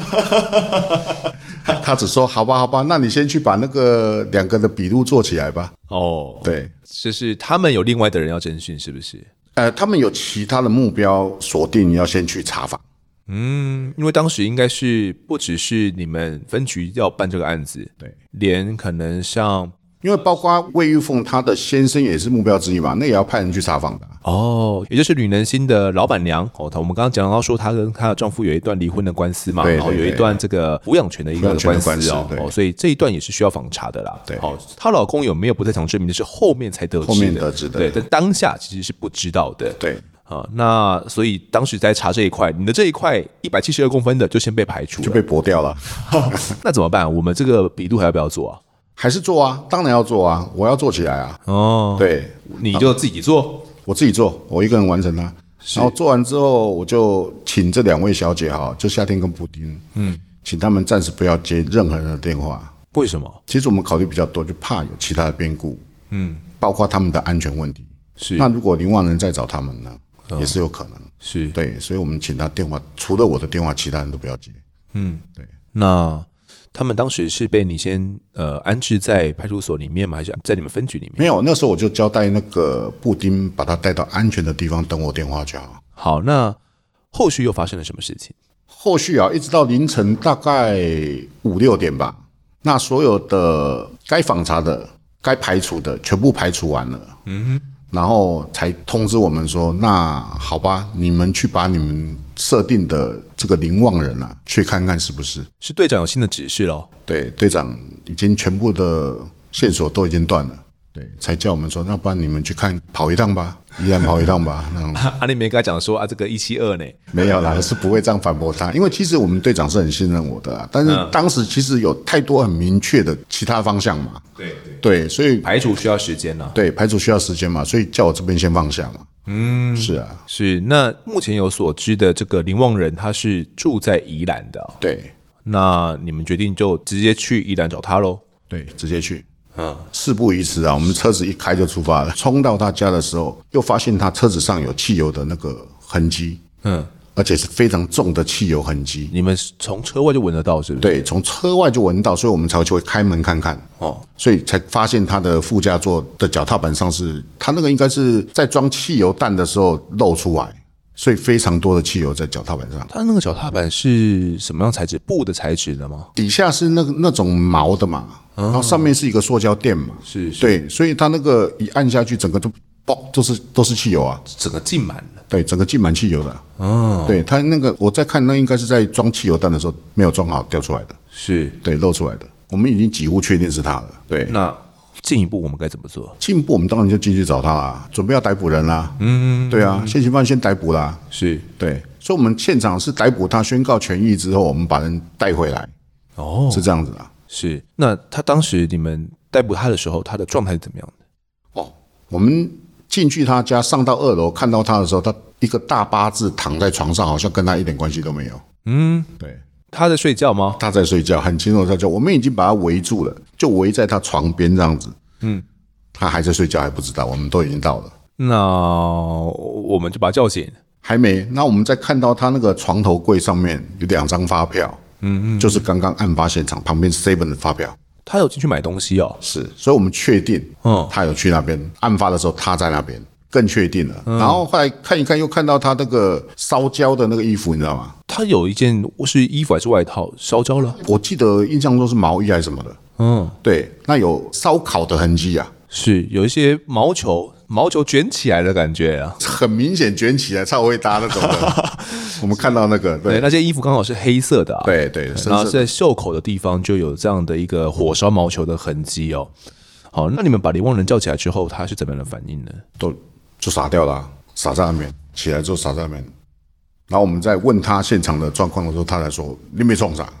[SPEAKER 2] 他只说好吧，好吧，那你先去把那个两个的笔录做起来吧。
[SPEAKER 1] 哦，，
[SPEAKER 2] 对，
[SPEAKER 1] 就是他们有另外的人要征询，是不是？
[SPEAKER 2] 呃，他们有其他的目标锁定，要先去查访。
[SPEAKER 1] 嗯，因为当时应该是不只是你们分局要办这个案子，
[SPEAKER 2] 对，
[SPEAKER 1] 连可能像
[SPEAKER 2] 因为包括魏玉凤她的先生也是目标之一嘛，那也要派人去查访的啊。
[SPEAKER 1] 哦，也就是吕能新的老板娘哦，她我们刚刚讲到说，她跟她的丈夫有一段离婚的官司嘛，
[SPEAKER 2] 对对
[SPEAKER 1] 然后有一段这个抚养权的一个
[SPEAKER 2] 抚养权的官司
[SPEAKER 1] 哦，
[SPEAKER 2] 对
[SPEAKER 1] 哦，所以这一段也是需要访查的啦。
[SPEAKER 2] 对
[SPEAKER 1] 好、她老公有没有不在场证明的是后面才得知的，
[SPEAKER 2] 后面得知的
[SPEAKER 1] 对，但当下其实是不知道的。
[SPEAKER 2] 对，
[SPEAKER 1] 啊，那所以当时在查这一块，你的这一块一百七十二公分的就先被排除
[SPEAKER 2] 就
[SPEAKER 1] 了，
[SPEAKER 2] 被驳掉了。
[SPEAKER 1] 那怎么办？我们这个笔录还要不要做啊？
[SPEAKER 2] 还是做啊，当然要做啊，我要做起来啊。
[SPEAKER 1] 哦，
[SPEAKER 2] 对
[SPEAKER 1] 你就自己做，
[SPEAKER 2] 我自己做，我一个人完成它。啊然后做完之后，我就请这两位小姐哈，就夏天跟布丁，嗯，请他们暂时不要接任何人的电话。
[SPEAKER 1] 为什么？
[SPEAKER 2] 其实我们考虑比较多，就怕有其他的变故，嗯，包括他们的安全问题。
[SPEAKER 1] 是
[SPEAKER 2] 那如果林旺人再找他们呢，也是有可能。
[SPEAKER 1] 是
[SPEAKER 2] 对，所以我们请他电话，除了我的电话，其他人都不要接。
[SPEAKER 1] 那他们当时是被你先呃安置在派出所里面吗？还是在你们分局里面？
[SPEAKER 2] 没有，那时候我就交代那个布丁，把他带到安全的地方等我电话就好。
[SPEAKER 1] 好，那后续又发生了什么事情？
[SPEAKER 2] 后续啊，一直到凌晨大概五六点吧，那所有的该访查的、该排除的全部排除完了，嗯，然后才通知我们说，那好吧，你们去把你们设定的这个林旺人啊，去看看是不是。
[SPEAKER 1] 是队长有新的指示喽？
[SPEAKER 2] 对，队长已经全部的线索都已经断了。对，才叫我们说，那不然你们去看跑一趟吧，依然跑一趟吧。那种
[SPEAKER 1] 阿丽梅跟他讲说啊，这个一七二呢，
[SPEAKER 2] 没有啦，是不会这样反驳他，因为其实我们队长是很信任我的啦，啊但是当时其实有太多很明确的其他方向嘛，
[SPEAKER 1] 对对，
[SPEAKER 2] 对，所以
[SPEAKER 1] 排除需要时间呢、啊
[SPEAKER 2] 对排除需要时间嘛，所以叫我这边先放下嘛，嗯，是啊，
[SPEAKER 1] 是，那目前有所知的这个林旺人，他是住在宜兰的哦、
[SPEAKER 2] 对
[SPEAKER 1] 那你们决定就直接去宜兰找他喽？
[SPEAKER 2] 对，直接去。嗯，事不宜迟啊，我们车子一开就出发了。冲到他家的时候，又发现他车子上有汽油的那个痕迹，
[SPEAKER 1] 嗯，
[SPEAKER 2] 而且是非常重的汽油痕迹。
[SPEAKER 1] 你们从车外就闻得到，是不是？，
[SPEAKER 2] 对，从车外就闻到，所以我们才就会开门看看。
[SPEAKER 1] 哦，
[SPEAKER 2] 所以才发现他的副驾座的脚踏板上是，他那个应该是在装汽油弹的时候漏出来，所以非常多的汽油在脚踏板上。
[SPEAKER 1] 他那个脚踏板是什么样材质？布的材质的吗？
[SPEAKER 2] 底下是那个那种毛的嘛，然后上面是一个塑胶垫嘛，
[SPEAKER 1] 啊是是，
[SPEAKER 2] 对，所以它那个一按下去，整个都爆，都是都是汽油啊，
[SPEAKER 1] 整个浸满了。
[SPEAKER 2] 对，整个浸满汽油的。
[SPEAKER 1] 啊
[SPEAKER 2] 哦，对，它那个我在看，那应该是在装汽油弹的时候没有装好掉出来的，
[SPEAKER 1] 是，
[SPEAKER 2] 对，漏出来的。我们已经几乎确定是他了，对。
[SPEAKER 1] 那进一步我们该怎么做？
[SPEAKER 2] 进一步，我们当然就进去找他啦，准备要逮捕人啦。嗯，对啊，现行犯先逮捕啦。
[SPEAKER 1] 是，
[SPEAKER 2] 对，所以我们现场是逮捕他，宣告痊愈之后，我们把人带回来，
[SPEAKER 1] 哦，
[SPEAKER 2] 是这样子啊。
[SPEAKER 1] 是。那他当时你们逮捕他的时候，他的状态是怎么样的？
[SPEAKER 2] 我们进去他家，上到二楼看到他的时候，他一个大八字躺在床上，好像跟他一点关系都没有。嗯，对，
[SPEAKER 1] 他在睡觉吗？
[SPEAKER 2] 他在睡觉，很轻松地在睡觉。我们已经把他围住了，就围在他床边这样子。嗯，他还在睡觉，还不知道，我们都已经到了。
[SPEAKER 1] 那我们就把他叫醒。
[SPEAKER 2] 还没。那我们再看到他那个床头柜上面有两张发票，嗯嗯，就是刚刚案发现场旁边 Seven 的发票，
[SPEAKER 1] 他有进去买东西哦。
[SPEAKER 2] 是，所以我们确定，
[SPEAKER 1] 嗯
[SPEAKER 2] 他有去那边，案发的时候他在那边，更确定了。然后后来看一看，又看到他那个烧焦的那个衣服，你知道吗？
[SPEAKER 1] 他有一件是衣服还是外套烧焦了？
[SPEAKER 2] 我记得印象中是毛衣还是什么的，
[SPEAKER 1] 嗯，
[SPEAKER 2] 对，那有烧烤的痕迹啊，
[SPEAKER 1] 是有一些毛球，毛球卷起来的感觉啊。
[SPEAKER 2] 很明显卷起来，超会搭那种 的。我们看到那个，
[SPEAKER 1] 对，
[SPEAKER 2] 对
[SPEAKER 1] 那件衣服刚好是黑色的啊。
[SPEAKER 2] 对对，深
[SPEAKER 1] 然后
[SPEAKER 2] 色的
[SPEAKER 1] 在袖口的地方就有这样的一个火烧毛球的痕迹哦。好，那你们把林旺人叫起来之后，他是怎么样的反应呢？
[SPEAKER 2] 都就傻掉了啊、傻在那边，起来之后傻在那边。然后我们在问他现场的状况的时候，他才说你没撞啥。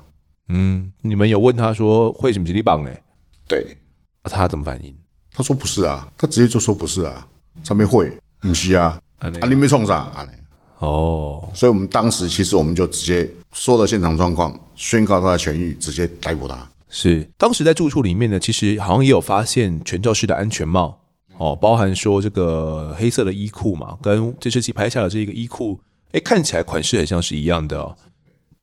[SPEAKER 1] 嗯，你们有问他说会什么吉利棒嘞？
[SPEAKER 2] 对，
[SPEAKER 1] 啊他怎么反应？
[SPEAKER 2] 他说不是啊，他直接就说不是啊，上面会不是啊，
[SPEAKER 1] 啊那
[SPEAKER 2] 啊你没撞啥啊。
[SPEAKER 1] 哦，
[SPEAKER 2] 所以我们当时其实我们就直接说了现场状况，宣告他的痊愈，直接逮捕他。
[SPEAKER 1] 是当时在住处里面呢，其实好像也有发现全教室的安全帽哦，包含说这个黑色的衣裤嘛，跟这次期拍下的这个衣裤，哎，看起来款式很像是一样的、哦。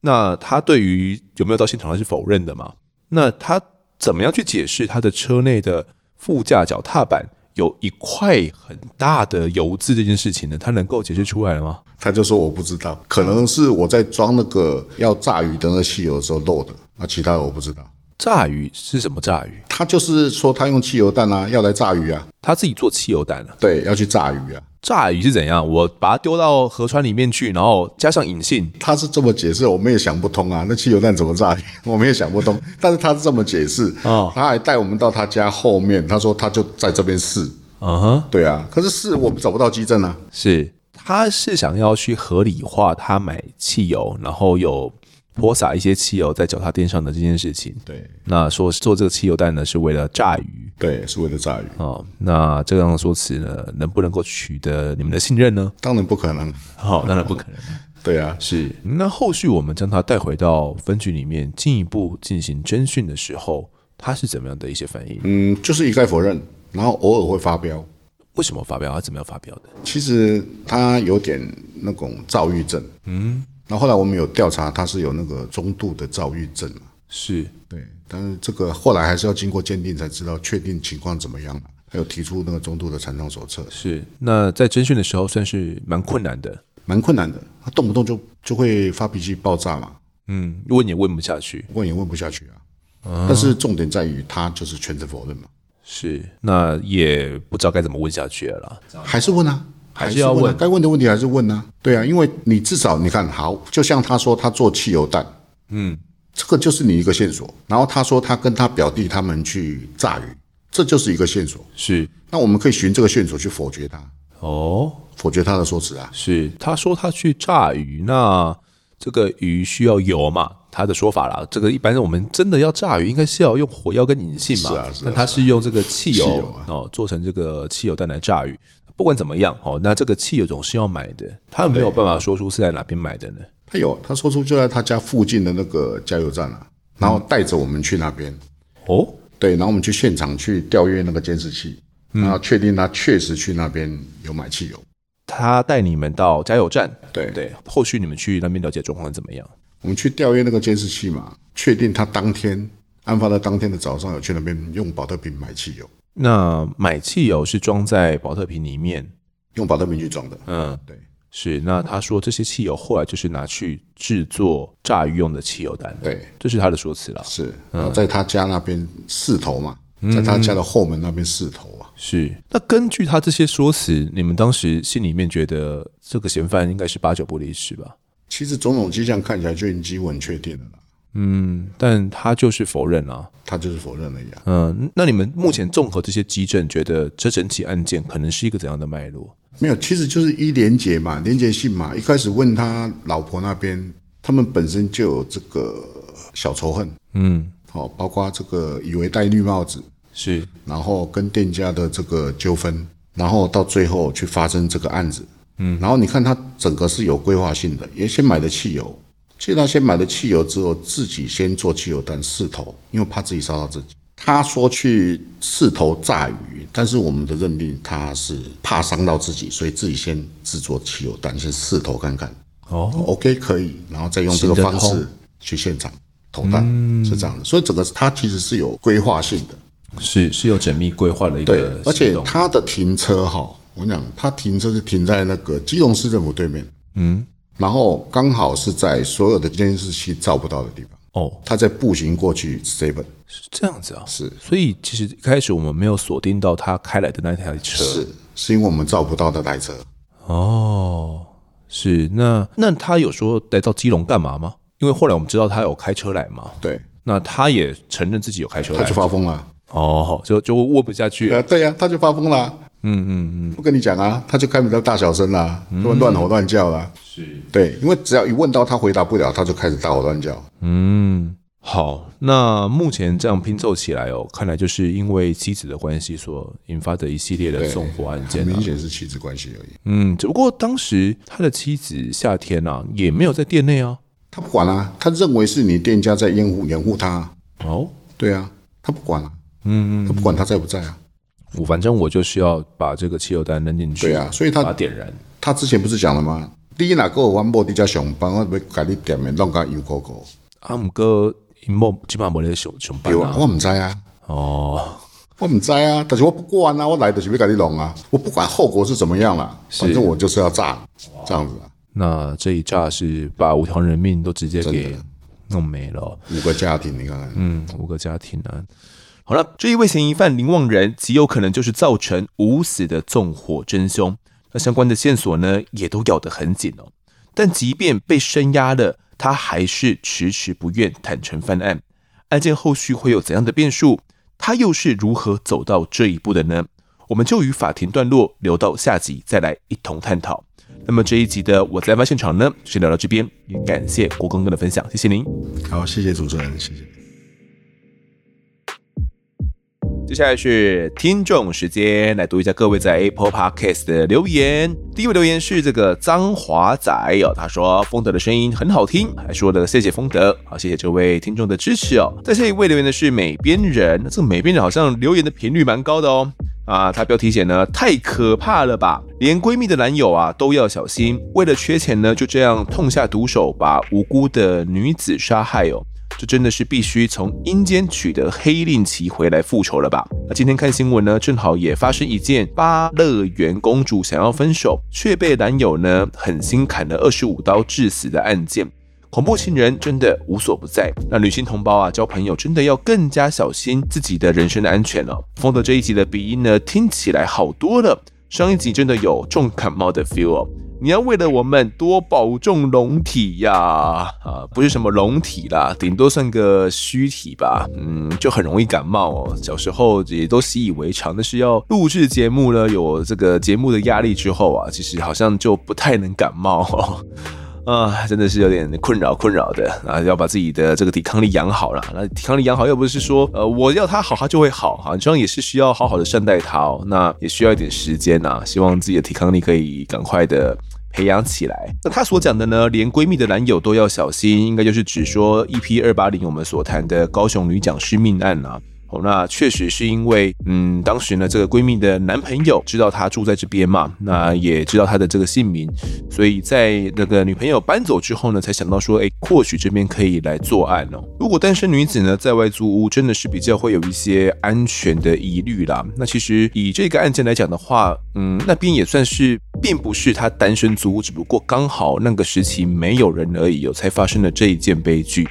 [SPEAKER 1] 那他对于有没有到现场，他是否认的嘛？那他怎么样去解释他的车内的副驾脚踏板有一块很大的油渍这件事情呢？他能够解释出来了吗？
[SPEAKER 2] 他就说我不知道，可能是我在装那个要炸鱼的那个汽油的时候漏的，啊，其他的我不知道。
[SPEAKER 1] 炸鱼是什么炸鱼？
[SPEAKER 2] 他就是说他用汽油弹啊，要来炸鱼啊，
[SPEAKER 1] 他自己做汽油弹啊。
[SPEAKER 2] 对，要去炸鱼啊。
[SPEAKER 1] 炸鱼是怎样？我把它丢到河川里面去，然后加上引信。
[SPEAKER 2] 他是这么解释，我们也想不通啊。那汽油弹怎么炸？ 我们也想不通。但是他是这么解释，
[SPEAKER 1] 哦
[SPEAKER 2] 他还带我们到他家后面，他说他就在这边试。
[SPEAKER 1] 嗯哼，
[SPEAKER 2] 对啊，可是试我们找不到基证啊。
[SPEAKER 1] 是，他是想要去合理化他买汽油，然后有泼洒一些汽油在脚踏垫上的这件事情。
[SPEAKER 2] 对
[SPEAKER 1] 那说做这个汽油弹呢，是为了炸鱼
[SPEAKER 2] 对，是为了炸鱼，
[SPEAKER 1] 哦。那这样的说辞呢，能不能够取得你们的信任呢？
[SPEAKER 2] 当然不可能。
[SPEAKER 1] 好、当然不可能。
[SPEAKER 2] 对啊，
[SPEAKER 1] 是，那后续我们将他带回到分局里面进一步进行侦讯的时候，他是怎么样的一些反应？
[SPEAKER 2] 嗯，就是一概否认，然后偶尔会发飙。
[SPEAKER 1] 为什么发飙？他怎么样发飙的？
[SPEAKER 2] 其实他有点那种躁郁症，嗯。然后后来我们有调查，他是有那个中度的躁郁症嘛。
[SPEAKER 1] 是
[SPEAKER 2] 对，但是这个后来还是要经过鉴定才知道确定情况怎么样了，还有提出那个中度的残障手册，
[SPEAKER 1] 是，那在侦讯的时候算是蛮困难的，
[SPEAKER 2] 蛮困难的。他动不动就就会发脾气、爆炸嘛，
[SPEAKER 1] 嗯，问也问不下去。
[SPEAKER 2] 问也问不下去啊。
[SPEAKER 1] 嗯
[SPEAKER 2] 但是重点在于他就是全程否认嘛，
[SPEAKER 1] 是，那也不知道该怎么问下去了啦。
[SPEAKER 2] 还是问啊，
[SPEAKER 1] 还
[SPEAKER 2] 还
[SPEAKER 1] 是要问
[SPEAKER 2] 啊该问的问题还是问啊。对啊，因为你至少你看好，就像他说他做汽油弹，嗯，这个就是你一个线索。然后他说他跟他表弟他们去炸鱼，这就是一个线索。
[SPEAKER 1] 是，
[SPEAKER 2] 那我们可以循这个线索去否决他，
[SPEAKER 1] 哦，
[SPEAKER 2] 否决他的说辞啊。
[SPEAKER 1] 是，他说他去炸鱼，那这个鱼需要油嘛？他的说法啦，这个一般我们真的要炸鱼，应该是要用火药跟引信嘛。
[SPEAKER 2] 是啊是啊
[SPEAKER 1] 但他是用这个汽油
[SPEAKER 2] 汽油啊
[SPEAKER 1] 哦做成这个汽油弹来炸鱼，不管怎么样，哦，那这个汽油总是要买的，他有没有办法说出是在哪边买的呢？
[SPEAKER 2] 他有，他说出就在他家附近的那个加油站啊，然后带着我们去那边，
[SPEAKER 1] 哦，
[SPEAKER 2] 对，然后我们去现场去调阅那个监视器，然后确定他确实去那边有买汽油。
[SPEAKER 1] 他带你们到加油站，
[SPEAKER 2] 对
[SPEAKER 1] 对，后续你们去那边了解状况怎么样？
[SPEAKER 2] 我们去调阅那个监视器嘛，确定他当天案发的当天的早上有去那边用保特瓶买汽油，
[SPEAKER 1] 那买汽油是装在保特瓶里面，
[SPEAKER 2] 用保特瓶去装的。
[SPEAKER 1] 嗯，
[SPEAKER 2] 对，
[SPEAKER 1] 是。那他说这些汽油后来就是拿去制作炸鱼用的汽油弹，，
[SPEAKER 2] 对，
[SPEAKER 1] 这是他的说辞啦。
[SPEAKER 2] 是，然后在他家那边试头嘛，在他家的后门那边试头啊。
[SPEAKER 1] 是。那根据他这些说辞，你们当时心里面觉得这个嫌犯应该是八九不离十吧？
[SPEAKER 2] 其实种种迹象看起来就已经几乎很确定了啦，
[SPEAKER 1] 嗯，但他就是否认啊。
[SPEAKER 2] 他就是否认了一样。
[SPEAKER 1] 嗯，那你们目前综合这些基证，觉得这整起案件可能是一个怎样的脉络？
[SPEAKER 2] 没有，其实就是一连结嘛，连结性嘛。一开始问他老婆那边，他们本身就有这个小仇恨，
[SPEAKER 1] 嗯，
[SPEAKER 2] 好、包括这个以为戴绿帽子，
[SPEAKER 1] 是
[SPEAKER 2] 然后跟店家的这个纠纷，然后到最后去发生这个案子。嗯，然后你看他整个是有规划性的，也先买了汽油，其实他先买了汽油之后，自己先做汽油弹试头，因为怕自己烧到自己。他说去试头炸鱼，但是我们的认定他是怕伤到自己，所以自己先制作汽油弹，先试头看看。
[SPEAKER 1] 哦，
[SPEAKER 2] OK 可以，然后再用这个
[SPEAKER 1] 行得
[SPEAKER 2] 方
[SPEAKER 1] 通嗯
[SPEAKER 2] 式去现场投弹，是这样的。所以整个他其实是有规划性的。
[SPEAKER 1] 是是有缜密规划的一
[SPEAKER 2] 对
[SPEAKER 1] 个，
[SPEAKER 2] 而且
[SPEAKER 1] 行动
[SPEAKER 2] 他的停车哈，我跟你讲，他停车是停在那个基隆市政府对面，嗯，然后刚好是在所有的监视器照不到的地方，
[SPEAKER 1] 哦
[SPEAKER 2] 他在步行过去 seven
[SPEAKER 1] 是这样子啊，
[SPEAKER 2] 是
[SPEAKER 1] 所以其实一开始我们没有锁定到他开来的那台车
[SPEAKER 2] 是是因为我们照不到的来车，
[SPEAKER 1] 哦，是那那他有说来到基隆干嘛吗？因为后来我们知道他有开车来嘛，
[SPEAKER 2] 对，
[SPEAKER 1] 那他也承认自己有开车
[SPEAKER 2] 他
[SPEAKER 1] 来
[SPEAKER 2] 就发疯了，
[SPEAKER 1] 哦，就就问不下去了
[SPEAKER 2] 呃，对呀、他就发疯了。嗯嗯嗯，嗯不跟你讲啊，他就开始在大小声啦，乱乱吼乱叫啦。
[SPEAKER 1] 是
[SPEAKER 2] 对，因为只要一问到他回答不了，他就开始大吼乱叫。
[SPEAKER 1] 嗯。好，那目前这样拼凑起来哦，看来就是因为妻子的关系所引发的一系列的纵火案件、
[SPEAKER 2] 很
[SPEAKER 1] 啊，
[SPEAKER 2] 明显是妻子关系而已。
[SPEAKER 1] 嗯，只不过当时他的妻子夏天啊，也没有在店内啊。
[SPEAKER 2] 他不管啦、他认为是你店家在掩护掩护他啊、
[SPEAKER 1] 哦，
[SPEAKER 2] 对啊，他不管啊，嗯他不管他在不在啊，
[SPEAKER 1] 我反正我就是要把这个汽油弹扔进去，
[SPEAKER 2] 对啊，所以
[SPEAKER 1] 把它
[SPEAKER 2] 他
[SPEAKER 1] 点燃。
[SPEAKER 2] 他之前不是讲了吗？你哪个弯波底下上班，我要甲你店的弄个油狗狗，
[SPEAKER 1] 阿姆啊哥因某起码没得熊熊办
[SPEAKER 2] 对啊，
[SPEAKER 1] 啊。
[SPEAKER 2] 我唔知啊，
[SPEAKER 1] 哦，
[SPEAKER 2] 我唔知啊，但是我不管啊，我来的是要甲你弄啊，我不管后果是怎么样啦，反正我就是要炸你，这样子啊，
[SPEAKER 1] 那这一炸是把五条人命都直接
[SPEAKER 2] 真
[SPEAKER 1] 给
[SPEAKER 2] 的
[SPEAKER 1] 弄没了哦、
[SPEAKER 2] 五个家庭，你看看，
[SPEAKER 1] 嗯，五个家庭啊。好了，这一位嫌疑犯林旺仁极有可能就是造成无死的纵火真凶。那相关的线索呢，也都咬得很紧哦。但即便被深压了，他还是迟迟不愿坦诚犯案。案件后续会有怎样的变数？他又是如何走到这一步的呢？我们就与法庭段落留到下集再来一同探讨。那么这一集的我在案发现场呢，先聊到这边，也感谢郭刚刚的分享，谢谢您。
[SPEAKER 2] 好，谢谢主持人，谢谢。
[SPEAKER 1] 接下来是听众时间，来读一下各位在 Apple Podcast 的留言。第一位留言是这个张华仔哦，他说风德的声音很好听，还说了谢谢风德，好谢谢这位听众的支持哦。在下一位留言的是美边人，这个美边人好像留言的频率蛮高的哦。啊，他标题写呢，太可怕了吧！连闺蜜的男友啊都要小心，为了缺钱呢，就这样痛下毒手，把无辜的女子杀害哦。这真的是必须从阴间取得黑令旗回来复仇了吧？那今天看新闻呢，正好也发生一件巴乐园公主想要分手，却被男友呢狠心砍了二十五刀致死的案件。恐怖情人真的无所不在，那女性同胞啊，交朋友真的要更加小心自己的人身安全了、风德这一集的鼻音呢，听起来好多了，上一集真的有重感冒的 feel 哦。你要为了我们多保重龙体呀！啊，不是什么龙体啦，顶多算个虚体吧。嗯，就很容易感冒哦。小时候也都习以为常，但是要录制节目呢，有这个节目的压力之后啊，其实好像就不太能感冒哦。啊，真的是有点困扰困扰的啊，要把自己的这个抵抗力养好了。那抵抗力养好，又不是说呃我要它好，它就会好哈，这样也是需要好好的善待它哦。那也需要一点时间呐、希望自己的抵抗力可以赶快的。培养起来。那他所讲的呢，连闺蜜的男友都要小心，应该就是指说 EP 二八零我们所谈的高雄女讲师命案啊。哦，那确实是因为，嗯，当时呢，这个闺蜜的男朋友知道她住在这边嘛，那也知道她的这个姓名，所以在那个女朋友搬走之后呢，才想到说，哎、或许这边可以来作案哦。如果单身女子呢在外租屋，真的是比较会有一些安全的疑虑啦。那其实以这个案件来讲的话，嗯，那边也算是，并不是她单身租屋，只不过刚好那个时期没有人而已、哦，才发生了这一件悲剧。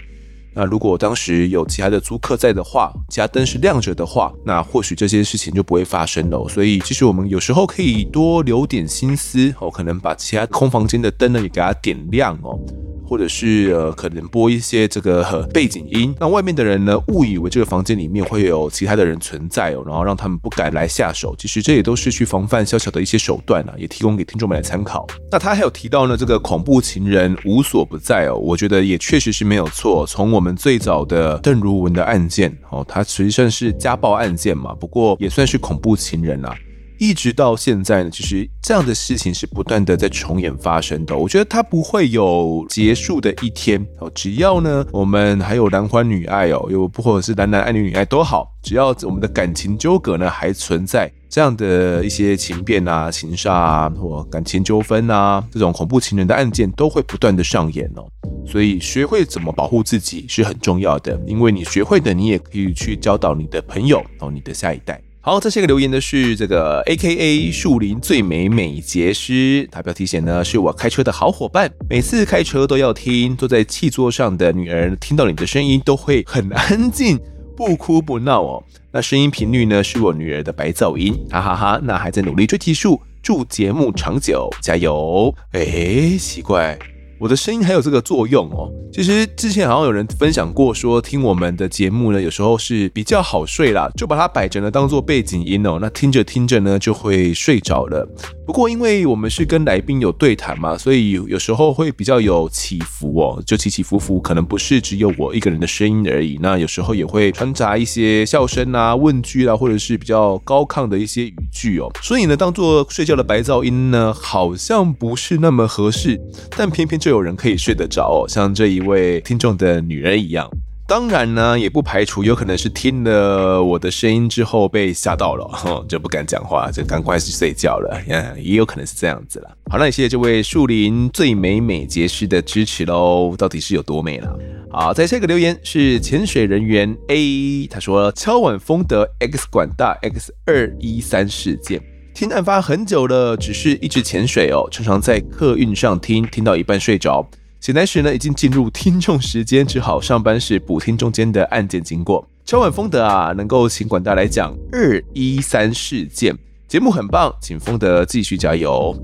[SPEAKER 1] 那如果当时有其他的租客在的话，其他灯是亮着的话，那或许这些事情就不会发生了哦。所以，其实我们有时候可以多留点心思哦，可能把其他空房间的灯呢也给它点亮哦。或者是呃，可能播一些这个、呃背景音，让外面的人呢误以为这个房间里面会有其他的人存在哦，然后让他们不敢来下手。其实这也都是去防范小小的一些手段啊，也提供给听众们来参考。那他还有提到呢，这个恐怖情人无所不在哦，我觉得也确实是没有错。从我们最早的邓如文的案件哦，它实际上是家暴案件嘛，不过也算是恐怖情人啊啦、一直到现在呢，其实这样的事情是不断的在重演发生的哦。我觉得它不会有结束的一天哦。只要呢，我们还有男欢女爱哦，又或者是男男爱女女爱都好，只要我们的感情纠葛呢还存在，这样的一些情变啊、情杀啊或感情纠纷啊，这种恐怖情人的案件都会不断的上演哦。所以学会怎么保护自己是很重要的，因为你学会的，你也可以去教导你的朋友哦，你的下一代。好，这些个留言的是这个 A K A 树林最美美睫师，他标题写呢是我开车的好伙伴，每次开车都要听，坐在汽座上的女儿听到你的声音都会很安静，不哭不闹哦。那声音频率呢是我女儿的白噪音，哈哈哈那还在努力追技术，祝节目长久，加油！诶，奇怪，我的声音还有这个作用哦。其实之前好像有人分享过说，听我们的节目呢，有时候是比较好睡啦，就把它摆着呢当做背景音哦。那听着听着呢，就会睡着了。不过因为我们是跟来宾有对谈嘛，所以有时候会比较有起伏哦，就起起伏伏，可能不是只有我一个人的声音而已。那有时候也会穿插一些笑声啊、问句啦、或者是比较高亢的一些语句哦。所以呢，当做睡觉的白噪音呢，好像不是那么合适，但偏偏就有人可以睡得着哦，像这一位听众的女人一样。当然呢，也不排除有可能是听了我的声音之后被吓到了，哼就不敢讲话，就赶快去睡觉了。嗯，也有可能是这样子啦。好，那也谢谢这位树林最美美睫师的支持喽，到底是有多美啦？好，在这个留言是潜水人员 A，他说敲碗风的 X 管大 X 二一三事件。听案发很久了，只是一直潜水哦，常常在客运上听，听到一半睡着。醒来时呢，已经进入听众时间，只好上班时补听中间的案件经过。敲碗风德啊，能够请管大来讲二一三事件，节目很棒，请风德继续加油。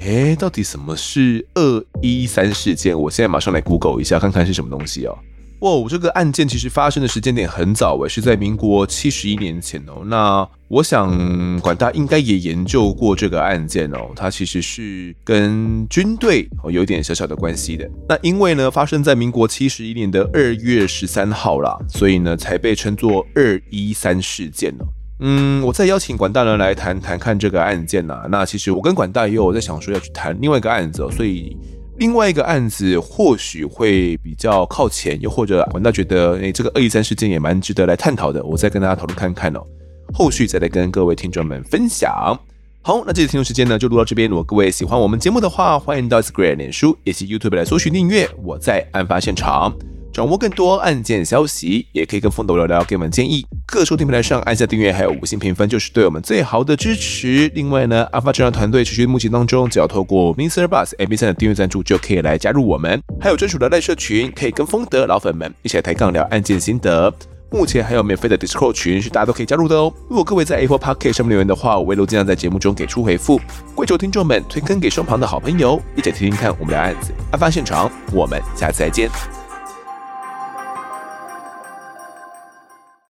[SPEAKER 1] 诶，到底什么是二一三事件？我现在马上来 Google 一下，看看是什么东西哦。哇，这个案件其实发生的时间点很早诶，是在民国七十一年前哦。那我想管大应该也研究过这个案件哦，它其实是跟军队哦有一点小小的关系的。那因为呢发生在民国七十一年的二月十三号啦，所以呢才被称作二一三事件哦。嗯，我再邀请管大人来谈谈看这个案件呐、那其实我跟管大也有在想说要去谈另外一个案子、哦，所以另外一个案子或许会比较靠前，又或者管大觉得诶、这个二一三事件也蛮值得来探讨的，我再跟大家讨论看看哦，后续再来跟各位听众们分享。好，那这期听众时间呢就录到这边。如果各位喜欢我们节目的话，欢迎到 Instagram、脸书以及 YouTube 来搜寻订阅。我在案发现场。掌握更多案件消息，也可以跟风斗聊聊，给我们建议。各收听平台上按下订阅，还有五星评分，就是对我们最好的支持。另外呢，阿发这张团队持续募集当中，只要透过 Mr. Bus M B 三的订阅赞助，就可以来加入我们，还有专属的赖社群，可以跟风德老粉们一起来抬杠聊案件心得。目前还有免费的 Discord 群是大家都可以加入的哦。如果各位在 Apple Park 上面留言的话，我会尽量在节目中给出回复。跪求听众们推坑给身旁的好朋友，一起听听看我们的案子。案发现场，我们下次再见，